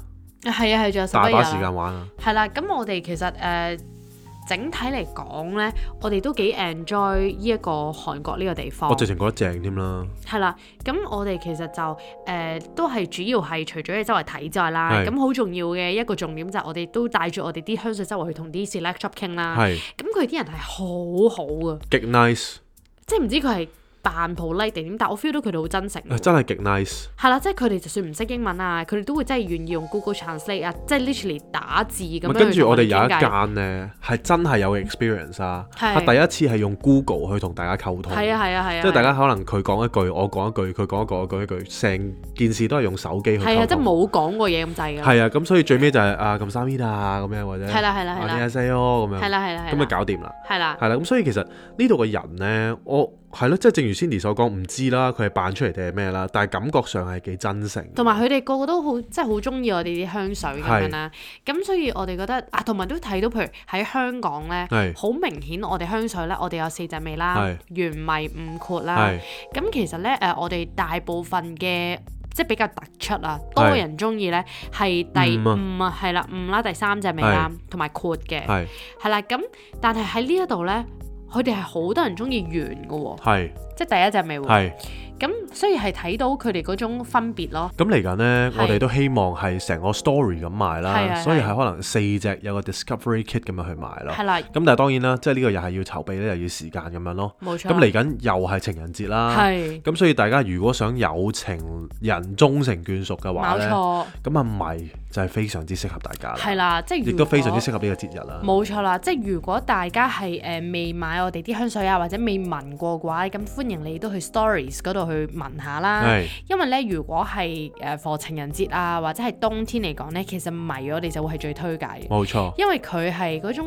Speaker 3: 係啊，係仲有
Speaker 1: 大
Speaker 3: 十一
Speaker 1: 把時
Speaker 3: 日啦。
Speaker 1: 間玩啊。
Speaker 3: 係啦，咁我哋其實誒、呃整體嚟講咧，我哋都幾 enjoy 呢一個韓國呢個地
Speaker 1: 我
Speaker 3: 方。
Speaker 1: 直情覺得正添啦，
Speaker 3: 係啦，咁我哋其實就誒、呃都係主要係除咗你周圍睇之外啦，
Speaker 1: 係
Speaker 3: 咁好重要嘅一個重點就係我哋都帶住我哋啲香水周圍去同啲 select shop 傾啦。
Speaker 1: 係
Speaker 3: 咁佢啲人係好好嘅，
Speaker 1: 極 nice，
Speaker 3: 即係唔知佢係扮 polite 定點，但我 feel 到佢哋好真誠
Speaker 1: 啊
Speaker 3: 喎。
Speaker 1: 真係極 nice，
Speaker 3: 係啦，即係佢哋就算唔識英文啊，佢哋都會真係願意用 Google Translate 啊，即係 literally 打字咁樣
Speaker 1: 咪
Speaker 3: 去
Speaker 1: 跟住
Speaker 3: 同
Speaker 1: 我哋有
Speaker 3: 傾
Speaker 1: 一
Speaker 3: 偈
Speaker 1: 間呢，係真係有 experience 啊，
Speaker 3: 係
Speaker 1: 係第一次係用 Google 去同大家溝通，
Speaker 3: 係啊係啊係啊，
Speaker 1: 即係大家可能佢講一句，我講一句，佢講一句，我講一句，成件事都係用手機去溝通。
Speaker 3: 係啊，即係冇講過嘢咁滯㗎啦。
Speaker 1: 係啊，咁所以最尾就係啊咁三 E 啊咁樣或者
Speaker 3: 係啦係啦係
Speaker 1: 啊
Speaker 3: 啦
Speaker 1: 啲 S A 咯咁
Speaker 3: 係
Speaker 1: 樣，
Speaker 3: 啦係啦係啦，
Speaker 1: 咁咪搞掂啦。
Speaker 3: 係啦
Speaker 1: 係啦，咁所以其實呢度嘅人呢，我係咯，即係正如 Cindy 所講，唔知啦，佢係扮出嚟定係咩啦，但係感覺上係幾真誠。
Speaker 3: 同埋佢哋個個都好，即係好中意我哋啲香水咁樣啦。咁所以我哋覺得啊，同埋都睇到，譬如喺香港咧
Speaker 1: 係，
Speaker 3: 好明顯我哋香水咧，我哋有四隻味啦
Speaker 1: 係，
Speaker 3: 原味五括啦。
Speaker 1: 係
Speaker 3: 咁其實咧，誒、我哋大部分嘅即係比較突出啊，多
Speaker 1: 係
Speaker 3: 人中意咧係第
Speaker 1: 五啊
Speaker 3: 五啊，係啦，五啦，第三隻味啦，同埋括嘅，
Speaker 1: 係
Speaker 3: 係啦。咁但係喺呢一度咧，佢哋係好多人中意圓嘅喎，
Speaker 1: 係
Speaker 3: 即係第一隻味喎。
Speaker 1: 係。
Speaker 3: 咁所以係睇到佢哋嗰種分別咯。
Speaker 1: 咁嚟緊呢，
Speaker 3: 係
Speaker 1: 我哋都希望係成個 story 咁賣
Speaker 3: 係
Speaker 1: 啦，
Speaker 3: 係
Speaker 1: 所以
Speaker 3: 係
Speaker 1: 係可能四隻有個 discovery kit 咁樣去賣咯。
Speaker 3: 係啦，
Speaker 1: 咁但係當然啦，即係呢個又係要籌備咧，又要時間咁樣咯。
Speaker 3: 冇錯。
Speaker 1: 咁嚟緊又係情人節啦，
Speaker 3: 係
Speaker 1: 咁所以大家如果想有情人終成眷屬嘅話
Speaker 3: 冇
Speaker 1: 咧，
Speaker 3: 錯，
Speaker 1: 咁啊咪就係非常之適合大家啦，
Speaker 3: 係啦，即係
Speaker 1: 亦
Speaker 3: 如
Speaker 1: 都非常之
Speaker 3: 果
Speaker 1: 適合呢個節日啦。
Speaker 3: 冇錯啦，即係如果大家係誒、呃未買我哋啲香水啊，或者未聞過嘅話，咁歡迎你都去 Stories 嗰度去聞下啦。
Speaker 1: 係
Speaker 3: 因為咧，如果係誒 for 情人節啊，或者係冬天嚟講咧，其實迷我哋就會係最推介嘅，
Speaker 1: 冇錯，
Speaker 3: 因為佢係嗰種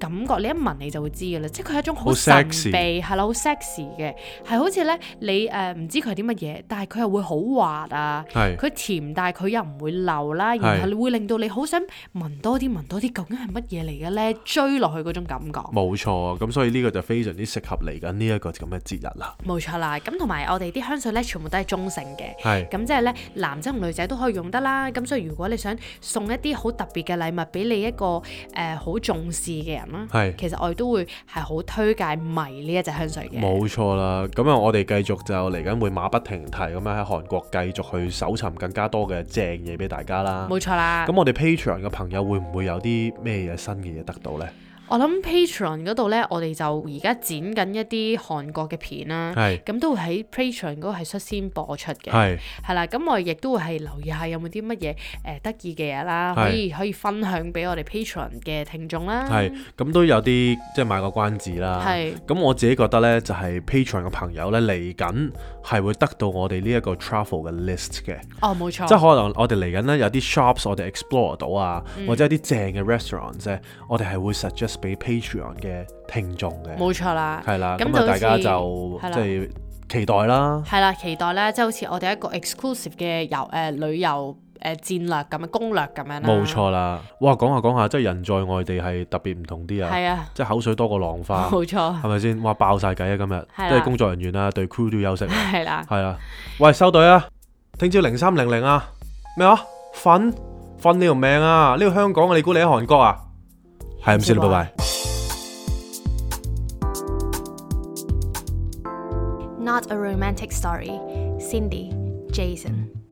Speaker 3: 感覺，你一聞你就會知嘅啦，即係佢係一種
Speaker 1: 好
Speaker 3: 好神
Speaker 1: sexy
Speaker 3: 秘係啦，好 sexy 嘅，係好似咧你誒唔、知佢係啲乜嘢，但係佢又會好滑啊。
Speaker 1: 係
Speaker 3: 佢甜，但係佢又唔會流啦，然後會令到你好想聞多啲聞多啲，究竟係乜嘢嚟嘅咧？追落去嗰種感覺，
Speaker 1: 冇錯，啊咁所以呢個就非常之適合嚟緊呢一個咁嘅節日啦。
Speaker 3: 冇錯啦。咁同埋我哋啲香水咧，全部都係中性嘅。
Speaker 1: 係
Speaker 3: 咁即係咧，男仔同女仔都可以用得啦。咁所以如果你想送一啲好特別嘅禮物俾你一個誒好、重視嘅人啦，
Speaker 1: 係
Speaker 3: 其實我哋都會係好推介迷呢一隻香水嘅。
Speaker 1: 冇錯啦，咁啊，我哋繼續就嚟緊會馬不停蹄咁樣喺韓國繼續去搜尋更加多嘅正嘢俾大家啦。
Speaker 3: 冇錯啦。
Speaker 1: 咁我哋 Patreon 嘅朋友會唔會有啲咩嘢新嘅嘢得到呢？
Speaker 3: 我諗 Patreon 嗰度咧，我哋就而家剪緊一啲韓國嘅片啦。
Speaker 1: 係
Speaker 3: 咁都會喺 Patreon 嗰度係率先播出嘅。
Speaker 1: 係
Speaker 3: 係啦，咁我亦都會係留意下有冇啲乜嘢誒得意嘅嘢啦，
Speaker 1: 係
Speaker 3: 可以可以分享俾我哋 Patreon 嘅聽眾啦。
Speaker 1: 係，咁都有啲即係賣個關子啦。
Speaker 3: 嗯係
Speaker 1: 咁我自己覺得呢，就係 Patreon 嘅朋友呢，嚟緊係會得到我哋呢一個 travel 嘅 list 嘅，
Speaker 3: 哦，冇錯，
Speaker 1: 即係可能我哋嚟緊呢，有啲 shops 我哋 explore 到啊，
Speaker 3: 嗯
Speaker 1: 或者有啲正嘅 restaurant 咧，我哋係會 suggest 俾 Patreon 嘅聽眾嘅。
Speaker 3: 冇錯啦。
Speaker 1: 係啦，
Speaker 3: 咁
Speaker 1: 咁
Speaker 3: 就好
Speaker 1: 啊大家就
Speaker 3: 似係啦
Speaker 1: 即係期待啦。
Speaker 3: 係啦，期待咧，即係好似我哋一個 exclusive 嘅遊誒、呃旅遊誒戰略咁樣攻略咁樣啦。
Speaker 1: 冇，錯啦。哇，講下講下，真係人在外地係特別唔同啲啊，
Speaker 3: 係啊，
Speaker 1: 即係口水多過浪花，
Speaker 3: 冇錯，
Speaker 1: 係咪先？哇，爆晒偈啊！今
Speaker 3: 係
Speaker 1: 日
Speaker 3: 啦
Speaker 1: 即係工作人員啦，對 crew 都要休息啊，
Speaker 3: 係啦，
Speaker 1: 係啊。喂，收隊啊！聽朝零三零零啊，咩啊？瞓瞓你條命啊！呢個香港啊，你估你喺韓國啊？係咁先啦，拜拜。
Speaker 2: Not a Romantic Story, Cindy, Jason.